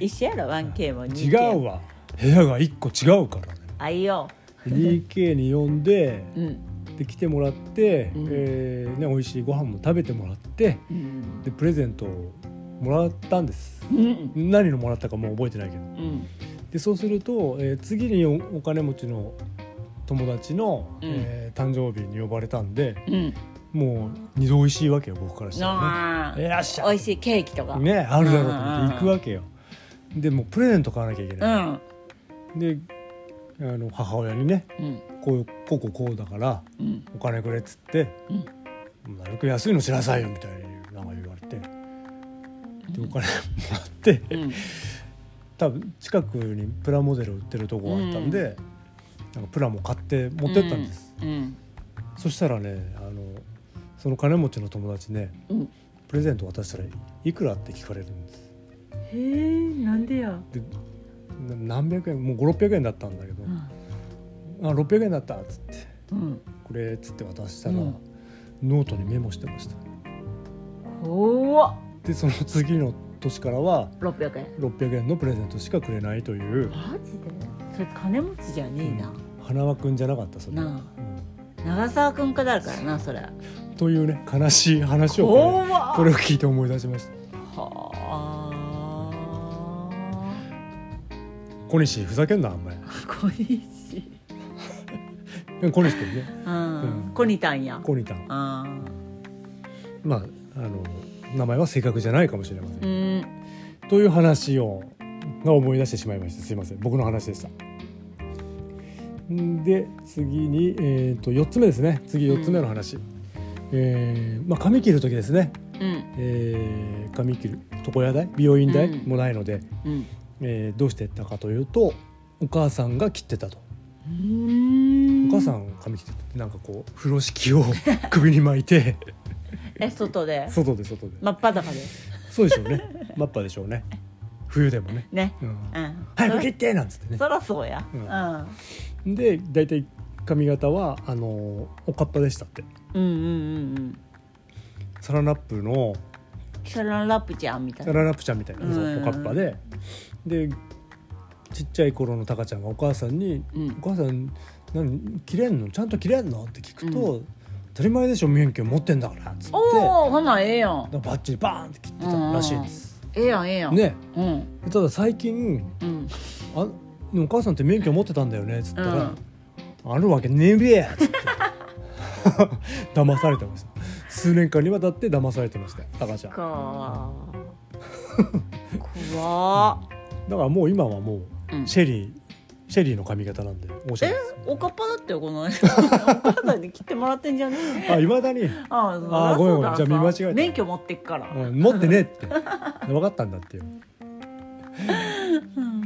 [SPEAKER 1] 一緒やろ 1K も 2K
[SPEAKER 3] 違うわ部屋が1個違うからね
[SPEAKER 1] あいよ
[SPEAKER 3] 2K に呼んで
[SPEAKER 1] うん
[SPEAKER 3] で来てもらって、
[SPEAKER 1] うん
[SPEAKER 3] えーね、美味しいご飯も食べてもらって
[SPEAKER 1] うん
[SPEAKER 3] でプレゼントをもらったんです
[SPEAKER 1] うん
[SPEAKER 3] 何のもらったかもう覚えてないけど
[SPEAKER 1] うん
[SPEAKER 3] でそうすると、えー次におお金持ちの友達の、
[SPEAKER 1] うん
[SPEAKER 3] えー誕生日に呼ばれたんで
[SPEAKER 1] うん
[SPEAKER 3] もう二度おいしいわけよ僕からしたら
[SPEAKER 1] なあ
[SPEAKER 3] ね。よっしゃ
[SPEAKER 1] 美味しいケーキとか
[SPEAKER 3] ねあるだろうと
[SPEAKER 1] うんうん
[SPEAKER 3] 思
[SPEAKER 1] うん
[SPEAKER 3] って行くわけよ。でもうプレゼント買わなきゃいけ
[SPEAKER 1] う
[SPEAKER 3] ない。
[SPEAKER 1] ん
[SPEAKER 3] であの母親にね
[SPEAKER 1] うん
[SPEAKER 3] こうこうこうこうだから
[SPEAKER 1] うん
[SPEAKER 3] お金くれっつって、なるべく安いのしなさいよみたいなのが言われてでお金もらって。
[SPEAKER 1] うん
[SPEAKER 3] 多分近くにプラモデル売ってるとこがあったんで、なんかプラも買って持ってったんです、
[SPEAKER 1] うん
[SPEAKER 3] そしたらねあのその金持ちの友達ね
[SPEAKER 1] うん
[SPEAKER 3] プレゼント渡したらいくらって聞かれるんです
[SPEAKER 1] へえなんでや
[SPEAKER 3] でな何百円もう5600円だったんだけど
[SPEAKER 1] う、ん
[SPEAKER 3] あ600円だったっつって
[SPEAKER 1] うん
[SPEAKER 3] これっつって渡したら、
[SPEAKER 1] うん
[SPEAKER 3] ノートにメモしてました
[SPEAKER 1] 怖っ
[SPEAKER 3] でその次の年からは
[SPEAKER 1] 600円
[SPEAKER 3] 600円のプレゼントしかくれないという
[SPEAKER 1] マジでそれ金持ちじゃねえな、
[SPEAKER 3] 花輪くんじゃなかったそれ、
[SPEAKER 1] な
[SPEAKER 3] う
[SPEAKER 1] 長澤くんかだからなそれ
[SPEAKER 3] んというね悲しい話をこれ
[SPEAKER 1] 怖っ
[SPEAKER 3] これを聞いて思い出しました
[SPEAKER 1] はあ
[SPEAKER 3] 小西ふざけんなあんまり
[SPEAKER 1] 小西
[SPEAKER 3] うん小西君ね
[SPEAKER 1] うんコニタンや
[SPEAKER 3] コニタン
[SPEAKER 1] あ
[SPEAKER 3] まああの名前は正確じゃないかもしれません、
[SPEAKER 1] ーうん
[SPEAKER 3] という話をが思い出してしまいましたすいません僕の話でしたんで次に、えー、と4つ目ですね次4つ目の話、えーまあ、髪切る時ですね、
[SPEAKER 1] うん
[SPEAKER 3] えー髪切る床屋代美容院代
[SPEAKER 1] うん
[SPEAKER 3] もないので、
[SPEAKER 1] うん
[SPEAKER 3] えーどうしてったかというとお母さんが切ってたと
[SPEAKER 1] お
[SPEAKER 3] お母さん髪切っててなんかこう風呂敷を 首に巻いて
[SPEAKER 1] え外で
[SPEAKER 3] 外で外で
[SPEAKER 1] 真っ裸で
[SPEAKER 3] そうでしょうねマッパでしょうね冬でもね
[SPEAKER 1] ね
[SPEAKER 3] 「うん
[SPEAKER 1] うん
[SPEAKER 3] 早く切って!」なんつってね
[SPEAKER 1] そらそうや
[SPEAKER 3] うん
[SPEAKER 1] う
[SPEAKER 3] で大体髪型はあのおかっぱでしたって
[SPEAKER 1] んうんうんうんうん
[SPEAKER 3] サランラップの
[SPEAKER 1] サランラップちゃんみたい
[SPEAKER 3] サ
[SPEAKER 1] な
[SPEAKER 3] ランラップちゃんみたいな
[SPEAKER 1] うん
[SPEAKER 3] そうおかっぱででちっちゃい頃のタカちゃんがお母さんに
[SPEAKER 1] う
[SPEAKER 3] 「
[SPEAKER 1] ん
[SPEAKER 3] お母さん何切れんのちゃんと切れんの?」って聞くと「当たり前でしょ免許持ってんだから」っつって
[SPEAKER 1] おおほなええやん
[SPEAKER 3] だからバッチリバーンって切ってたらしいんです。
[SPEAKER 1] ええやんええやん
[SPEAKER 3] ね
[SPEAKER 1] うん
[SPEAKER 3] ただ最近
[SPEAKER 1] うん
[SPEAKER 3] あ「でもお母さんって免許持ってたんだよね」っつったら
[SPEAKER 1] うん
[SPEAKER 3] 「あるわけねえべえ!」っつって 騙されてました数年間にわたって騙されてましたタカちゃんだか
[SPEAKER 1] か怖っ
[SPEAKER 3] らもう今はも
[SPEAKER 1] うん
[SPEAKER 3] うシェリー、シェリーの髪型なんでおしゃれ
[SPEAKER 1] え
[SPEAKER 3] です
[SPEAKER 1] おかっぱだったよこのお母さんに切ってもらってんじゃねえ
[SPEAKER 3] あいまだに
[SPEAKER 1] ああそり
[SPEAKER 3] あ
[SPEAKER 1] ゃ
[SPEAKER 3] ごめん
[SPEAKER 1] そうだ
[SPEAKER 3] ごめんじゃあ見間違えた
[SPEAKER 1] 免許持ってっから、
[SPEAKER 3] うん持ってねえって 分かったんだってよ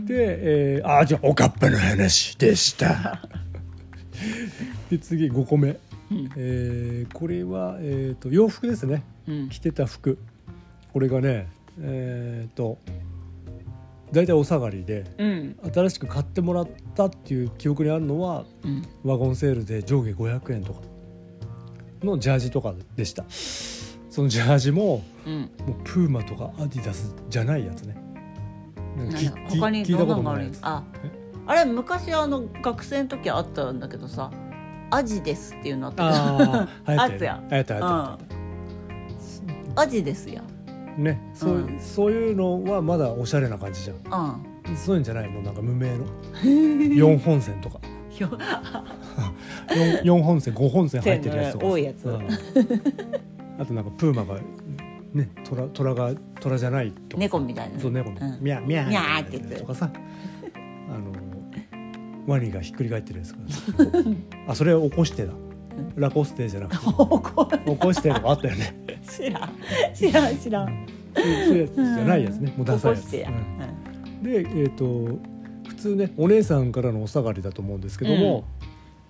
[SPEAKER 3] で、えー、あじゃあおかっぱの話でしたで次5個目、
[SPEAKER 1] うん
[SPEAKER 3] えーこれは、えー、と洋服ですね
[SPEAKER 1] うん
[SPEAKER 3] 着てた服これがねえっ、と大体お下がりで
[SPEAKER 1] うん
[SPEAKER 3] 新しく買ってもらったっていう記憶にあるのは
[SPEAKER 1] うん
[SPEAKER 3] ワゴンセールで上下500円とかのジャージとかでしたそのジャージも
[SPEAKER 1] うん
[SPEAKER 3] もうプーマとかアディダスじゃないやつねなんか
[SPEAKER 1] な
[SPEAKER 3] き
[SPEAKER 1] んだ他に
[SPEAKER 3] 聞い
[SPEAKER 1] ど
[SPEAKER 3] た
[SPEAKER 1] ん
[SPEAKER 3] こ
[SPEAKER 1] なの
[SPEAKER 3] と
[SPEAKER 1] が
[SPEAKER 3] も
[SPEAKER 1] あ
[SPEAKER 3] ない
[SPEAKER 1] る
[SPEAKER 3] や
[SPEAKER 1] ん
[SPEAKER 3] つ
[SPEAKER 1] ああれ昔あの学生の時あったんだけどさアジですっていうのあったけど
[SPEAKER 3] ああ流行った
[SPEAKER 1] あ
[SPEAKER 3] よ
[SPEAKER 1] っ
[SPEAKER 3] ね流行った流行っ
[SPEAKER 1] アジですや
[SPEAKER 3] たねそう,、
[SPEAKER 1] うん
[SPEAKER 3] そういうのはまだおしゃれな感じじゃん
[SPEAKER 1] うん
[SPEAKER 3] そういうんじゃないもうなんか無名 の4本線とか
[SPEAKER 1] ひょ
[SPEAKER 3] 4, 四本線5本線入ってるやつとか
[SPEAKER 1] 線の多いやつ
[SPEAKER 3] うんあとなんかプーマがね虎虎が虎じゃないとか
[SPEAKER 1] 猫みたいな
[SPEAKER 3] そう猫みたいな
[SPEAKER 1] うん
[SPEAKER 3] ミャーミャー
[SPEAKER 1] ミャーってやつ
[SPEAKER 3] とかさあのワニがひっくり返ってるやつと かあそれは起こしてだラコステじゃなくて
[SPEAKER 1] 怒る
[SPEAKER 3] 起こしてのあったよね
[SPEAKER 1] 知らん知らん知らん
[SPEAKER 3] そういうやつじゃないやつねもうダサいや
[SPEAKER 1] 起こし
[SPEAKER 3] つ
[SPEAKER 1] てや
[SPEAKER 3] うんでえっ、と普通ねお姉さんからのお下がりだと思うんですけども、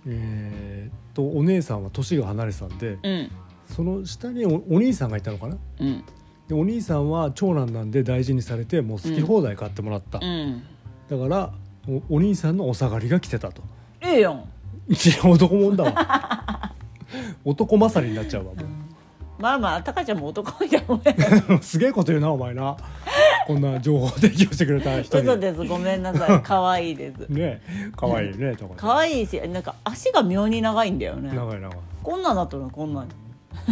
[SPEAKER 3] えー、とお姉さんは年が離れてたんで
[SPEAKER 1] うん
[SPEAKER 3] その下におお兄さんがいたのかな
[SPEAKER 1] うん
[SPEAKER 3] でお兄さんは長男なんで大事にされてもう好き放題買ってもらった、
[SPEAKER 1] うん
[SPEAKER 3] だからおお兄さんのお下がりが来てたと
[SPEAKER 1] ええやん
[SPEAKER 3] いや男もんだわ 男勝りになっちゃうわも
[SPEAKER 1] まあまあタカちゃんも男じゃんごめん
[SPEAKER 3] う すげえこと言うなお前なこんな情報提供してくれた人
[SPEAKER 1] 嘘
[SPEAKER 3] に
[SPEAKER 1] ですごめんなさい可愛いです
[SPEAKER 3] ね可愛いねとか
[SPEAKER 1] 可愛いしなんか足が妙に長いんだよね
[SPEAKER 3] 長い長い
[SPEAKER 1] こんなんなっとるのこんなん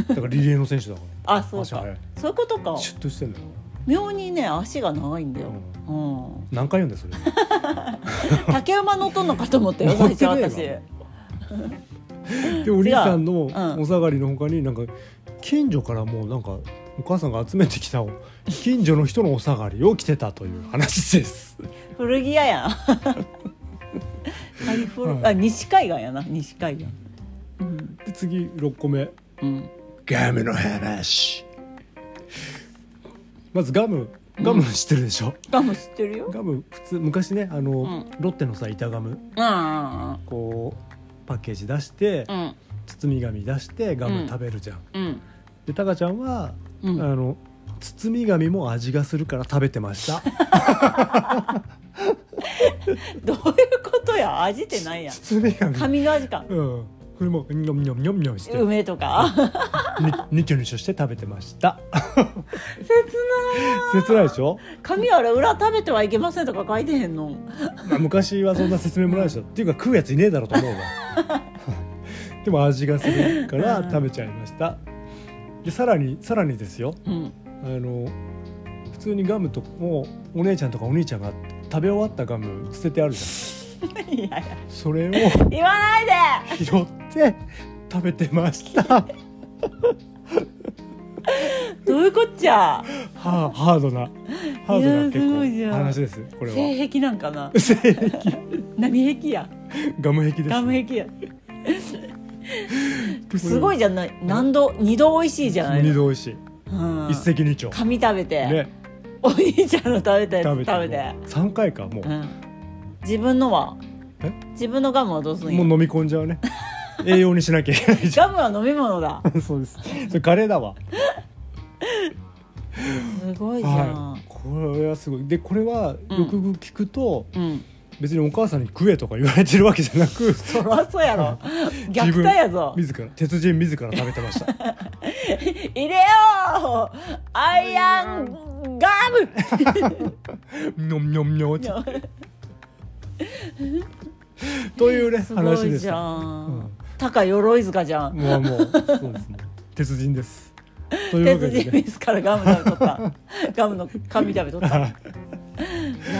[SPEAKER 3] だからリレーの選手だか
[SPEAKER 1] あそう
[SPEAKER 3] 足
[SPEAKER 1] か
[SPEAKER 3] 早い
[SPEAKER 1] そういうことから
[SPEAKER 3] シュッとしてんだよ
[SPEAKER 1] 妙にね足が長いんだよ、うん、
[SPEAKER 3] 何回言うんだよそれ
[SPEAKER 1] 竹馬乗っとんのかと思ったよ最初
[SPEAKER 3] 乗って
[SPEAKER 1] 私
[SPEAKER 3] ねえわでお兄さんの
[SPEAKER 1] うん
[SPEAKER 3] お下がりのほかになんか近所からもうなんかお母さんが集めてきたお近所の人のお下がりを着てたという話です。
[SPEAKER 1] 古着屋やん カリフォル
[SPEAKER 3] うん
[SPEAKER 1] あ西海岸やな西海岸うん
[SPEAKER 3] で次6個目
[SPEAKER 1] うん
[SPEAKER 3] ガムの話まずガムガム知ってるでしょ、
[SPEAKER 1] ガム知ってるよ
[SPEAKER 3] ガム普通昔ねあの、
[SPEAKER 1] ん
[SPEAKER 3] ロッテのさ板ガム
[SPEAKER 1] うんうん
[SPEAKER 3] こうパッケージ出して、
[SPEAKER 1] うん
[SPEAKER 3] 包み紙出してガム食べるじゃん。
[SPEAKER 1] うん
[SPEAKER 3] でタカちゃんは、
[SPEAKER 1] うん
[SPEAKER 3] あの包み紙も味がするから食べてました。
[SPEAKER 1] どういうことや味ってないやん
[SPEAKER 3] 包み紙
[SPEAKER 1] 紙の味か
[SPEAKER 3] うん、これもニョムニョムニョムニョムして
[SPEAKER 1] 梅とか
[SPEAKER 3] ににちょにちょして食べてました
[SPEAKER 1] 切
[SPEAKER 3] 切ないでしょ、
[SPEAKER 1] ない紙あれ裏食べてはいけませんとか書いてへんの
[SPEAKER 3] まあ、昔はそんな説明もないでしょっていうか食うやついねえだろうと思うわ でも味がするから食べちゃいましたでさらにさらにですよ
[SPEAKER 1] うん
[SPEAKER 3] あの普通にガムともうお姉ちゃんとかお兄ちゃんが食べ終わったガム捨ててあるじゃ
[SPEAKER 1] いやいや
[SPEAKER 3] んそれを
[SPEAKER 1] 言わないで
[SPEAKER 3] 拾って食べてましたは
[SPEAKER 1] どういうこっちゃ
[SPEAKER 3] あハードなハードない
[SPEAKER 1] やすごい
[SPEAKER 3] 結
[SPEAKER 1] じゃ
[SPEAKER 3] 構
[SPEAKER 1] ん
[SPEAKER 3] 話ですこれは
[SPEAKER 1] 性癖なんかな
[SPEAKER 3] 性癖
[SPEAKER 1] 何癖や
[SPEAKER 3] ガム壁です
[SPEAKER 1] ガム癖やすごいじゃない何度二度美味しいじゃない
[SPEAKER 3] 二
[SPEAKER 1] の、
[SPEAKER 3] 度美味しい、
[SPEAKER 1] うん、
[SPEAKER 3] 一石二鳥
[SPEAKER 1] 噛み食べて、
[SPEAKER 3] ね
[SPEAKER 1] お兄ちゃんの食べたやつ食べ
[SPEAKER 3] 食べて
[SPEAKER 1] て
[SPEAKER 3] 3回かもう、
[SPEAKER 1] うん、自分のは
[SPEAKER 3] え
[SPEAKER 1] 自分のガムはどうするんや
[SPEAKER 3] もう飲み込んじゃ うね栄養にしなきゃいけないじ
[SPEAKER 1] ガムは飲み物 だ
[SPEAKER 3] ゃんそうですそれカレーだわ
[SPEAKER 1] すごいじゃん、
[SPEAKER 3] はいこれはすごいでこれはよくよく聞くと、
[SPEAKER 1] うん
[SPEAKER 3] 別にお母さんに食えとか言われてるわけじゃなく
[SPEAKER 1] そらそうやろ
[SPEAKER 3] 自
[SPEAKER 1] 虐
[SPEAKER 3] 分
[SPEAKER 1] 待やぞ
[SPEAKER 3] 自ら鉄人自ら食べてました
[SPEAKER 1] 入れようアイアンガ
[SPEAKER 3] にょんにょんにょんって
[SPEAKER 1] ム
[SPEAKER 3] というね
[SPEAKER 1] すご
[SPEAKER 3] 話
[SPEAKER 1] い
[SPEAKER 3] でし
[SPEAKER 1] じゃ
[SPEAKER 3] た
[SPEAKER 1] ん高鎧塚じゃん
[SPEAKER 3] もうもうそうですね鉄人ですというわけ
[SPEAKER 1] 鉄
[SPEAKER 3] で
[SPEAKER 1] 人
[SPEAKER 3] ね
[SPEAKER 1] 自らガム食べと ったガムの紙食べとった
[SPEAKER 3] はい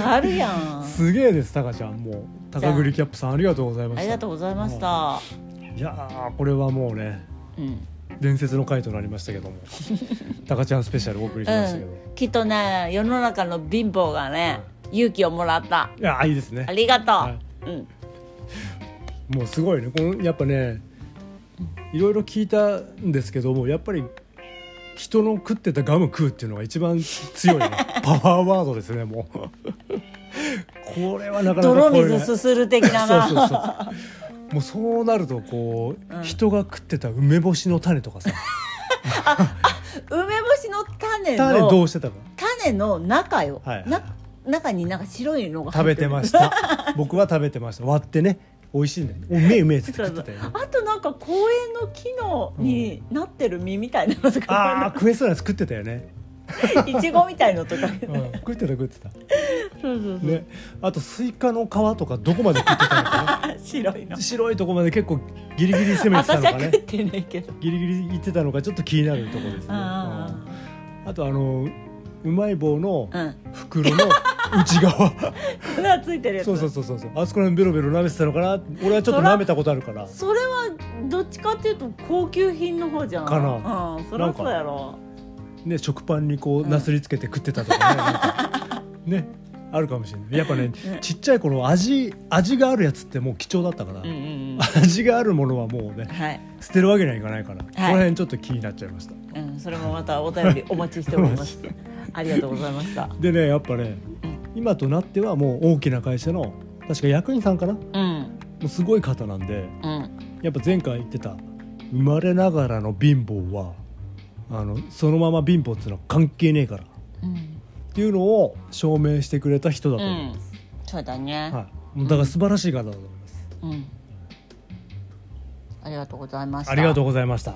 [SPEAKER 1] やるやん
[SPEAKER 3] すげえですタカちゃんもう
[SPEAKER 1] じゃ
[SPEAKER 3] 高
[SPEAKER 1] あ
[SPEAKER 3] 栗キャップさんありがとうございました
[SPEAKER 1] ありがとうございました
[SPEAKER 3] いやーこれはもうね
[SPEAKER 1] うん、
[SPEAKER 3] 伝説の回となりまし たけどもタカちゃんスペシャルお送りしましたけど、
[SPEAKER 1] うん、きっとね世の中の貧乏がね勇気をもらった
[SPEAKER 3] いやーいいですね
[SPEAKER 1] ありがとう、
[SPEAKER 3] は
[SPEAKER 1] うん
[SPEAKER 3] もうすごいねこのやっぱねいろいろ聞いたんですけどもやっぱり人の食ってたガム食うっていうのが一番強い ねパワーワードですねもうこれはなかなか
[SPEAKER 1] 泥
[SPEAKER 3] これね
[SPEAKER 1] 水すする的なな
[SPEAKER 3] そうそうそうもうそうなるとこう、
[SPEAKER 1] うん
[SPEAKER 3] 人が食ってた梅干しの種と かさ
[SPEAKER 1] 梅干しの種
[SPEAKER 3] 種
[SPEAKER 1] の
[SPEAKER 3] どうしてたか
[SPEAKER 1] 種の中よ、
[SPEAKER 3] はい
[SPEAKER 1] な中になんか白いのが
[SPEAKER 3] 食
[SPEAKER 1] 入
[SPEAKER 3] べ
[SPEAKER 1] って
[SPEAKER 3] て
[SPEAKER 1] る
[SPEAKER 3] ました僕は食べてました割ってね美味しいねうめえうめえっつっ
[SPEAKER 1] そ
[SPEAKER 3] て
[SPEAKER 1] う
[SPEAKER 3] 食
[SPEAKER 1] そう
[SPEAKER 3] ってたよね
[SPEAKER 1] あとなんか公園の木のになってる実みたいなのと
[SPEAKER 3] あ あ
[SPEAKER 1] か、
[SPEAKER 3] 食えそうなやつ食ってたよね、
[SPEAKER 1] いちごみたいの とか、
[SPEAKER 3] うん、食ってた食ってた
[SPEAKER 1] そうそうそう、
[SPEAKER 3] ね、あとスイカの皮とかどこまで食ってたのか
[SPEAKER 1] あ白いの
[SPEAKER 3] な 白いとこまで結構ギリギリ攻めてた
[SPEAKER 1] 私
[SPEAKER 3] の
[SPEAKER 1] は
[SPEAKER 3] か
[SPEAKER 1] 食っ
[SPEAKER 3] ね
[SPEAKER 1] てないけど、
[SPEAKER 3] ギリギリ行ってたのかちょっと気になるところですね
[SPEAKER 1] あ
[SPEAKER 3] あ,、うん、あとあのうまい棒の
[SPEAKER 1] あうん
[SPEAKER 3] 袋の内側
[SPEAKER 1] 粉がついてるやつ
[SPEAKER 3] そうそうそうそうそうあそこら辺ベロベロ舐めてたのかな俺はちょっと舐めたことあるから
[SPEAKER 1] それはどっちかっていうと高級品の方じゃん
[SPEAKER 3] か
[SPEAKER 1] うん、そりゃそうやろ
[SPEAKER 3] ね食パンにこ
[SPEAKER 1] う
[SPEAKER 3] うんなすりつけて食ってたとかねなんかねあるかもしれないやっぱねちっちゃい頃味味があるやつってもう貴重だったから、
[SPEAKER 1] うんうん
[SPEAKER 3] 味があるものはもうね
[SPEAKER 1] うんはい、
[SPEAKER 3] 捨てるわけにはいかないから、この辺ちょっと気になっちゃいました
[SPEAKER 1] うん、それもまたお便りお待ちしております ありがとうございました
[SPEAKER 3] でねやっぱね
[SPEAKER 1] うん
[SPEAKER 3] 今となってはもう大きな会社の確か役員さんかなも
[SPEAKER 1] うん
[SPEAKER 3] うすごい方なんで
[SPEAKER 1] うん
[SPEAKER 3] やっぱ前回言ってた生まれながらの貧乏はあのそのまま貧乏っていうのは関係ねえからっ
[SPEAKER 1] うん、
[SPEAKER 3] ていうのを証明してくれた人だ
[SPEAKER 1] う
[SPEAKER 3] と思い
[SPEAKER 1] ん
[SPEAKER 3] ます、、
[SPEAKER 1] そうだね、
[SPEAKER 3] はい、もうだから素晴らしい方だと思います、
[SPEAKER 1] うんありがとうございました
[SPEAKER 3] ありがとう
[SPEAKER 1] う
[SPEAKER 3] ございましたっ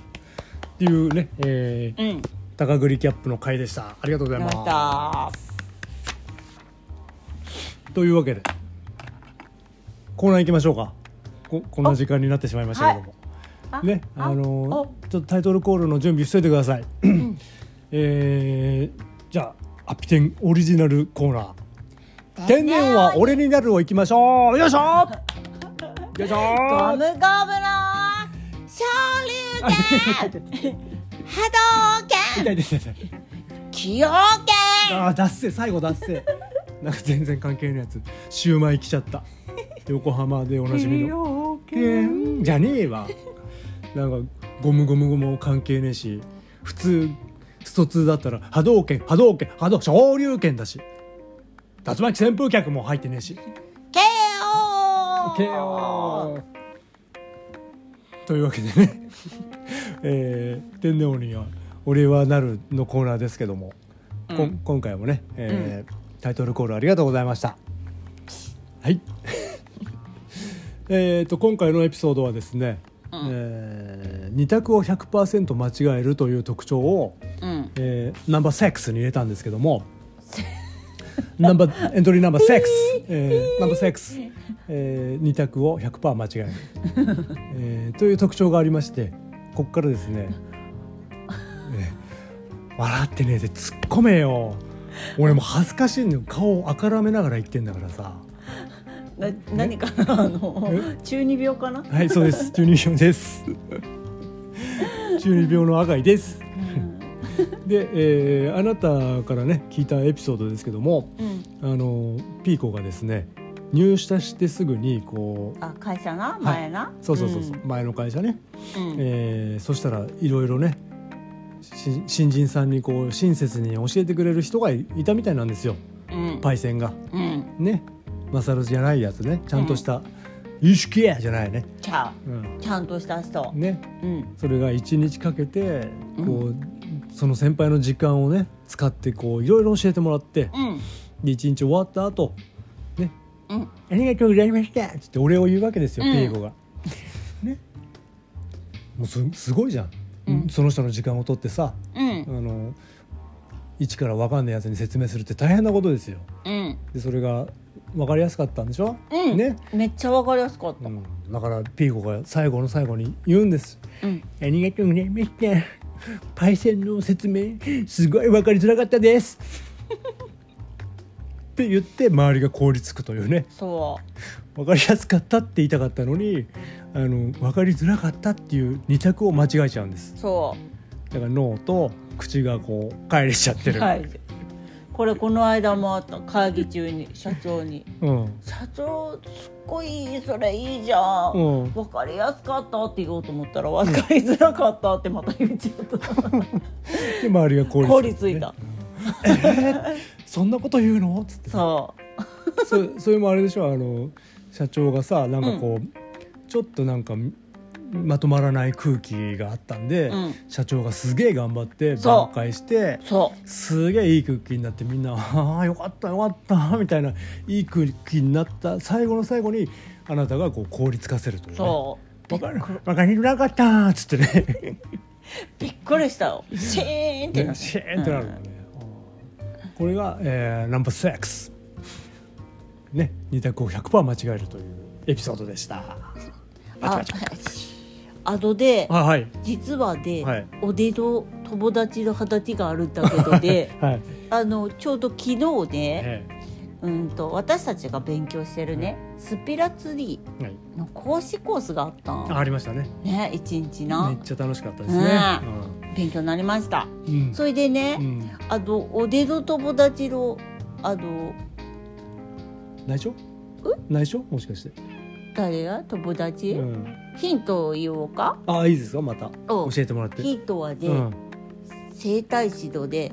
[SPEAKER 3] ていうね、えー、
[SPEAKER 1] うん
[SPEAKER 3] 高栗キャップの回でしたありがとうござい
[SPEAKER 1] ま
[SPEAKER 3] ま
[SPEAKER 1] し
[SPEAKER 3] す
[SPEAKER 1] た
[SPEAKER 3] というわけでコーナー行きましょうかここんな時間になってしまいましたけども、
[SPEAKER 1] あ
[SPEAKER 3] ね
[SPEAKER 1] あ
[SPEAKER 3] あの
[SPEAKER 1] お
[SPEAKER 3] ーちょっとタイトルコールの準備しといてください、えーじゃあアピテンオリジナルコーナー「天然は俺になる」をいきましょうよいしょよいしょ
[SPEAKER 1] ゴ ムゴムの昇竜拳波動拳
[SPEAKER 3] 痛い痛い痛い
[SPEAKER 1] 崎陽拳
[SPEAKER 3] ああ脱線最後脱線 なんか全然関係ないやつシューマイ来ちゃった横浜でおなじみのじゃねえわなんかゴムゴムゴムも関係ねえし普通スト2だったら波動拳波動拳波動昇竜拳だし竜巻旋風脚も入ってねえし
[SPEAKER 1] KO!
[SPEAKER 3] KO というわけでね、 えー天皇には俺はなるのコーナーですけども、こん今回もね、えータイトルコールありがとうございました はいえーと今回のエピソードはですね、
[SPEAKER 1] うん
[SPEAKER 3] えー二択を100%間違えるという特徴を、
[SPEAKER 1] うん。
[SPEAKER 3] えーナンバー6に入れたんですけどもナンバーエントリーナンバー6、えー、ナンバー6、えー、2択を100%間違える、えーという特徴がありましてここからですね、えー笑ってねえで突っ込めよ俺もう恥ずかしいのよ顔をあからめながら言ってんだからさ
[SPEAKER 1] な何かなあの
[SPEAKER 3] え
[SPEAKER 1] 中二病かな。
[SPEAKER 3] はいそうです中二病です中二病の赤いです
[SPEAKER 1] うん。
[SPEAKER 3] で、えーあなたからね聞いたエピソードですけども
[SPEAKER 1] うん。
[SPEAKER 3] あのピーコがですね入社してすぐにこう
[SPEAKER 1] あ会社な前な、
[SPEAKER 3] そうそうそうそう、前の会社ね、
[SPEAKER 1] うん、うん
[SPEAKER 3] えーそしたらいろいろねし新人さんにこう親切に教えてくれる人がいいたみたいなんですよ
[SPEAKER 1] うん
[SPEAKER 3] パイセンが
[SPEAKER 1] うん
[SPEAKER 3] ねマサルじゃないやつねちゃんとした「意識や!」じゃないね、
[SPEAKER 1] ちゃ
[SPEAKER 3] うん
[SPEAKER 1] うちゃんとした人、
[SPEAKER 3] ね
[SPEAKER 1] うん
[SPEAKER 3] それが1日かけてこう、
[SPEAKER 1] う
[SPEAKER 3] その先輩の時間をね使ってこういろいろ教えてもらって
[SPEAKER 1] うん
[SPEAKER 3] で1日終わった後ね
[SPEAKER 1] うん
[SPEAKER 3] ありがとうございました」っつってお礼を言うわけですよ、
[SPEAKER 1] うん
[SPEAKER 3] ピエゴが。ねもうすすごいじゃん、
[SPEAKER 1] うん
[SPEAKER 3] その人の時間を取ってさ
[SPEAKER 1] うん
[SPEAKER 3] あの一から分かんないやつに説明するって大変なことですよ。
[SPEAKER 1] うん
[SPEAKER 3] でそれが分かりやすかったんでしょ、
[SPEAKER 1] うん
[SPEAKER 3] ね、
[SPEAKER 1] めっちゃわかりやすかった、
[SPEAKER 3] う
[SPEAKER 1] うん
[SPEAKER 3] ん、だからピーゴが最後の最後に言うんです「ありがとうございました」「パイセンの説明すごい分かりづらかったです」って言って周りが凍りつくというね
[SPEAKER 1] そ
[SPEAKER 3] 分かりやすかったって言いたかったのにあの分かりづらかったっていう二択を間違えちゃうんです
[SPEAKER 1] うそ
[SPEAKER 3] だから脳と口がこう帰れちゃって
[SPEAKER 1] う
[SPEAKER 3] る、
[SPEAKER 1] はいこれこの間もあった会議中に社長に
[SPEAKER 3] う
[SPEAKER 1] 「
[SPEAKER 3] ん
[SPEAKER 1] 社長すっごいそれいいじゃん、
[SPEAKER 3] う
[SPEAKER 1] わ
[SPEAKER 3] ん
[SPEAKER 1] 分かりやすかった」って言おうと思ったら「分かりづらかった」ってまた言っちゃっ た
[SPEAKER 3] で周りが凍りつく、
[SPEAKER 1] 凍りついた、
[SPEAKER 3] そんなこと言うのっ つって
[SPEAKER 1] そう
[SPEAKER 3] そそれもあれでしょあの社長がさなんかこう、ちょっとなんかまとまらない空気があったんで、
[SPEAKER 1] うん
[SPEAKER 3] 社長がすげえ頑張って
[SPEAKER 1] そう
[SPEAKER 3] 挽回して
[SPEAKER 1] そ
[SPEAKER 3] すげえいい空気になってみんな「ああよかったよかった」みたいないい空気になった最後の最後にあなたがこう凍りつかせる
[SPEAKER 1] う
[SPEAKER 3] というね
[SPEAKER 1] そう
[SPEAKER 3] わかるわかりなかったーっつってね
[SPEAKER 1] びっくりしたよシーンってな
[SPEAKER 3] ね
[SPEAKER 1] る
[SPEAKER 3] シーンってなるよね、あーこれが、えー、ナンバー6ね二択を100%間違えるというエピソードでした
[SPEAKER 1] あアドで
[SPEAKER 3] あはい
[SPEAKER 1] 実はで、
[SPEAKER 3] はい
[SPEAKER 1] おでの友達の形があるんだけどで
[SPEAKER 3] はい、
[SPEAKER 1] あのちょうど昨日ね、
[SPEAKER 3] え
[SPEAKER 1] うんと私たちが勉強してるね、スピラツリ
[SPEAKER 3] えはい、
[SPEAKER 1] ーの講師コースがあった
[SPEAKER 3] あ
[SPEAKER 1] ん
[SPEAKER 3] ありましたね
[SPEAKER 1] ね一日
[SPEAKER 3] め
[SPEAKER 1] な
[SPEAKER 3] っちゃ楽しかったですね、
[SPEAKER 1] 勉強になりました
[SPEAKER 3] うんうん
[SPEAKER 1] それでね、
[SPEAKER 3] うん
[SPEAKER 1] あのおでの友達のあの
[SPEAKER 3] 内緒内緒もしかして、
[SPEAKER 1] 誰や友達、
[SPEAKER 3] うん、
[SPEAKER 1] ヒントを言おうか
[SPEAKER 3] ああいいですかまた
[SPEAKER 1] お
[SPEAKER 3] 教えてもらって、
[SPEAKER 1] ヒントはね、
[SPEAKER 3] うんは
[SPEAKER 1] 生体指導で
[SPEAKER 3] い、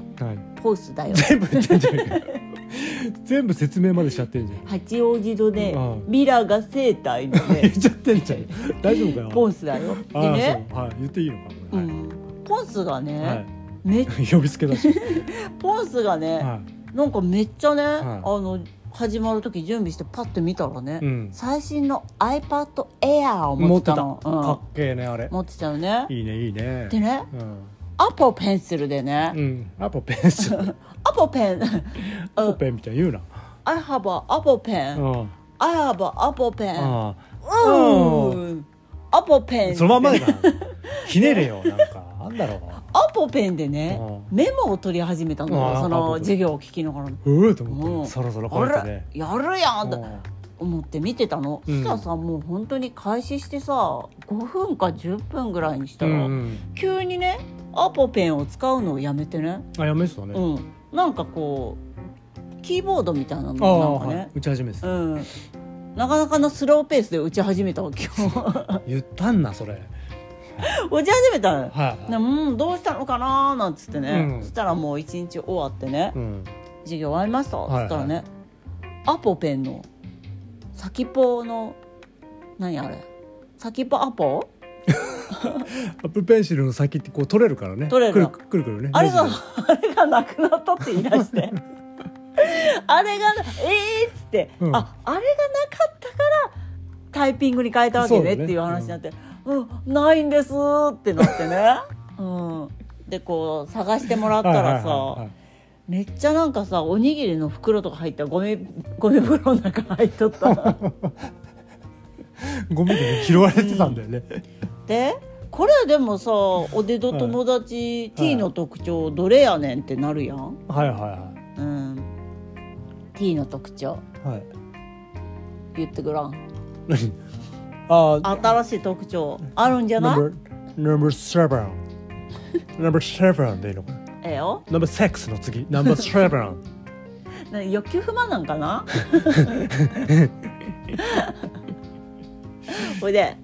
[SPEAKER 1] ポースだよ
[SPEAKER 3] 全部言ってんじゃねえか全部説明までしちゃってんじゃん
[SPEAKER 1] 八王子のね、
[SPEAKER 3] うん
[SPEAKER 1] ミラーが生体の
[SPEAKER 3] 言っ
[SPEAKER 1] ね
[SPEAKER 3] ちゃってんじゃん大丈夫かよ
[SPEAKER 1] ポースだよ
[SPEAKER 3] あ
[SPEAKER 1] で
[SPEAKER 3] ー
[SPEAKER 1] ね
[SPEAKER 3] そうはい、言っていいのか
[SPEAKER 1] う
[SPEAKER 3] これ、はい
[SPEAKER 1] ん、ポンスがね、
[SPEAKER 3] はい
[SPEAKER 1] め
[SPEAKER 3] 呼びつけだし、
[SPEAKER 1] ポンスがね、
[SPEAKER 3] は
[SPEAKER 1] なんかめっちゃね、
[SPEAKER 3] い
[SPEAKER 1] あの始まる時準備してパッて見たらね、
[SPEAKER 3] い、うん、
[SPEAKER 1] 最新の iPad Air を持ってたのうん
[SPEAKER 3] かっけえねあれ
[SPEAKER 1] 持ってたよね
[SPEAKER 3] いいねいいね
[SPEAKER 1] でね
[SPEAKER 3] うん、
[SPEAKER 1] アポペンシルでね、
[SPEAKER 3] うん、アポペ ンション
[SPEAKER 1] アポペン
[SPEAKER 3] アポペンみたいに言うな
[SPEAKER 1] I have a アポペ
[SPEAKER 3] う
[SPEAKER 1] ン、
[SPEAKER 3] ん
[SPEAKER 1] I have a アポペン
[SPEAKER 3] あ
[SPEAKER 1] うーんアポペ
[SPEAKER 3] あ
[SPEAKER 1] ン
[SPEAKER 3] そのまん まだなひねれよなんかあんだろ
[SPEAKER 1] アポペンでね
[SPEAKER 3] う
[SPEAKER 1] メモを取り始めたの
[SPEAKER 3] あ
[SPEAKER 1] よ
[SPEAKER 3] ー
[SPEAKER 1] そ
[SPEAKER 3] アポ
[SPEAKER 1] の
[SPEAKER 3] ペン
[SPEAKER 1] 授業を聞きながら
[SPEAKER 3] ううーと思
[SPEAKER 1] も
[SPEAKER 3] っ
[SPEAKER 1] う
[SPEAKER 3] てそろそろこ
[SPEAKER 1] あ
[SPEAKER 3] うやって
[SPEAKER 1] れ
[SPEAKER 3] ね
[SPEAKER 1] やるやん
[SPEAKER 3] う
[SPEAKER 1] と
[SPEAKER 3] ん
[SPEAKER 1] 思って見てたの、
[SPEAKER 3] うん
[SPEAKER 1] そしたらさもう本当に開始してさ5分か10分ぐらいにした
[SPEAKER 3] う
[SPEAKER 1] ら、
[SPEAKER 3] んうん
[SPEAKER 1] 急にねアポペンを使うのをやめてね、
[SPEAKER 3] あやめっすよね、
[SPEAKER 1] うん、なんかこうキーボードみたいな
[SPEAKER 3] ああ
[SPEAKER 1] のなんか
[SPEAKER 3] はい
[SPEAKER 1] ね、
[SPEAKER 3] 打ち始めです
[SPEAKER 1] うん、なかなかのスローペースで打ち始めたわけよ
[SPEAKER 3] 言ったんなそれはい
[SPEAKER 1] 打ち始めたのよ
[SPEAKER 3] はい
[SPEAKER 1] でうんどうしたのかなーなんつってね、
[SPEAKER 3] うん
[SPEAKER 1] そしたらもう一日終わってね、
[SPEAKER 3] うん
[SPEAKER 1] 授業終わりましたっつったらね、アポペンの先ポの何あれ先ポアポ
[SPEAKER 3] アップルペンシルの先ってこう取れるからね
[SPEAKER 1] 取れる
[SPEAKER 3] くるくるくるね
[SPEAKER 1] あれが
[SPEAKER 3] ネジ
[SPEAKER 1] あれがなくなったって言い出して あれがえーっつって、
[SPEAKER 3] うん
[SPEAKER 1] ああれがなかったからタイピングに変えたわけ
[SPEAKER 3] そうだ
[SPEAKER 1] ね
[SPEAKER 3] ね
[SPEAKER 1] っていう話になって「うん、ないんです」ってなって ね、うん、でこう探してもらった
[SPEAKER 3] はいはいは
[SPEAKER 1] ら
[SPEAKER 3] い
[SPEAKER 1] さ、
[SPEAKER 3] はい
[SPEAKER 1] めっちゃなんかさおにぎりの袋とか入ったゴミゴミ袋の中入っとった
[SPEAKER 3] ゴミでね拾われてたんだよね、
[SPEAKER 1] でこれでもさおでど友達 T の特徴どれやねんってなるやん、
[SPEAKER 3] はいはいは
[SPEAKER 1] うん T の特徴
[SPEAKER 3] いはい
[SPEAKER 1] 言ってごらん
[SPEAKER 3] 何ああ
[SPEAKER 1] 新しい特徴あるんじゃない
[SPEAKER 3] number number seven number seven でいいのかな
[SPEAKER 1] ええよ
[SPEAKER 3] number six の次 number seven
[SPEAKER 1] な欲求不満なんかなほいで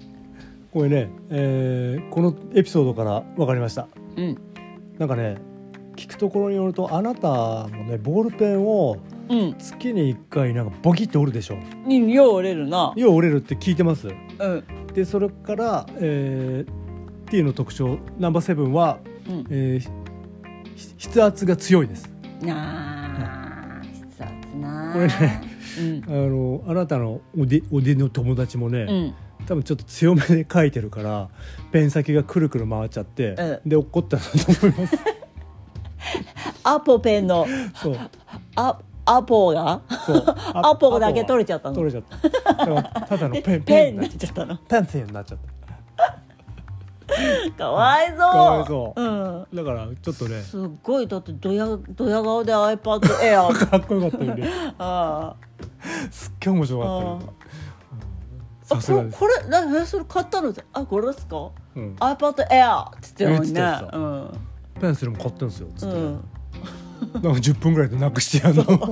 [SPEAKER 3] これね、えーこのエピソードから分かりました
[SPEAKER 1] うん
[SPEAKER 3] なんかね聞くところによるとあなたもねボールペンを
[SPEAKER 1] うん
[SPEAKER 3] 月に1回なんかボキッて折るでしょ
[SPEAKER 1] によう折れるな
[SPEAKER 3] よう折れるって聞いてます
[SPEAKER 1] うん
[SPEAKER 3] でそれから、えー、T の特徴ナンバーセブンは、
[SPEAKER 1] うん
[SPEAKER 3] えーひ筆圧が強いです
[SPEAKER 1] なあ必殺なあ
[SPEAKER 3] これね
[SPEAKER 1] うん
[SPEAKER 3] あのあなたのおでおでの友達もね、
[SPEAKER 1] うん
[SPEAKER 3] 多分ちょっと強めで書いてるからペン先がくるくる回っちゃって、
[SPEAKER 1] う
[SPEAKER 3] で怒ったんだと 思います
[SPEAKER 1] アポペンの
[SPEAKER 3] そう
[SPEAKER 1] アアポが
[SPEAKER 3] そう
[SPEAKER 1] アポだけ取れちゃったの
[SPEAKER 3] 取れちゃっただからただの ペン
[SPEAKER 1] ペンに
[SPEAKER 3] にな
[SPEAKER 1] な
[SPEAKER 3] っ
[SPEAKER 1] っ
[SPEAKER 3] ちゃ
[SPEAKER 1] ちゃったの
[SPEAKER 3] ったペンセンになっちゃった
[SPEAKER 1] かわいそう
[SPEAKER 3] かわいそう
[SPEAKER 1] うん
[SPEAKER 3] だからちょっとね
[SPEAKER 1] すっごいだってドヤドヤ顔で iPad Air
[SPEAKER 3] かっこよかったよ ね
[SPEAKER 1] あ
[SPEAKER 3] すっげえ面白かったよ
[SPEAKER 1] あ
[SPEAKER 3] さすがです
[SPEAKER 1] これこれなえそれ買ったのあこれですか
[SPEAKER 3] うん
[SPEAKER 1] iPad Air って言って
[SPEAKER 3] 言
[SPEAKER 1] た
[SPEAKER 3] ってた
[SPEAKER 1] のにね
[SPEAKER 3] ペンスルも買ったんですよつ
[SPEAKER 1] う
[SPEAKER 3] って、
[SPEAKER 1] んうん
[SPEAKER 3] なんか10分ぐらいでなくしてやるの
[SPEAKER 1] バ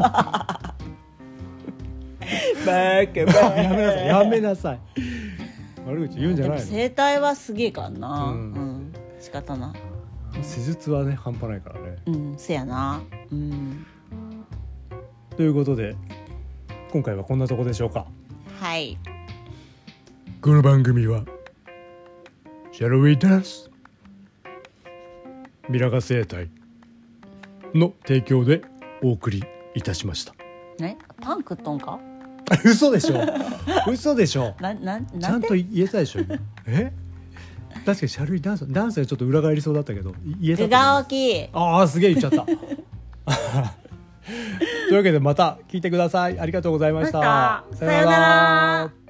[SPEAKER 1] ーケバ
[SPEAKER 3] やめなさ いやめなさい悪口言うんじ
[SPEAKER 1] で
[SPEAKER 3] ゃな
[SPEAKER 1] も
[SPEAKER 3] いの
[SPEAKER 1] 生態はすげえからな
[SPEAKER 3] う
[SPEAKER 1] うんん仕方な
[SPEAKER 3] 施術はね半端ないからね
[SPEAKER 1] うんせやなうん
[SPEAKER 3] ということで今回はこんなとこでしょうか
[SPEAKER 1] はい
[SPEAKER 4] この番組は「Shall We Dance」ミラガ生態の提供でお送りいたしました
[SPEAKER 1] ねパン食っとんか
[SPEAKER 3] 嘘でしょ嘘でしょ
[SPEAKER 1] なな
[SPEAKER 3] ち
[SPEAKER 1] な
[SPEAKER 3] ゃ
[SPEAKER 1] ん
[SPEAKER 3] ん
[SPEAKER 1] て
[SPEAKER 3] と言えたでしょ今え確かにシャルイダンスダンスはちょっと裏返りそうだったけどい言えた
[SPEAKER 1] 具
[SPEAKER 3] と思い
[SPEAKER 1] が大きい
[SPEAKER 3] ますああすげえ言っち ゃったというわけでまた聞いてくださいありがとうございました
[SPEAKER 1] またさようなら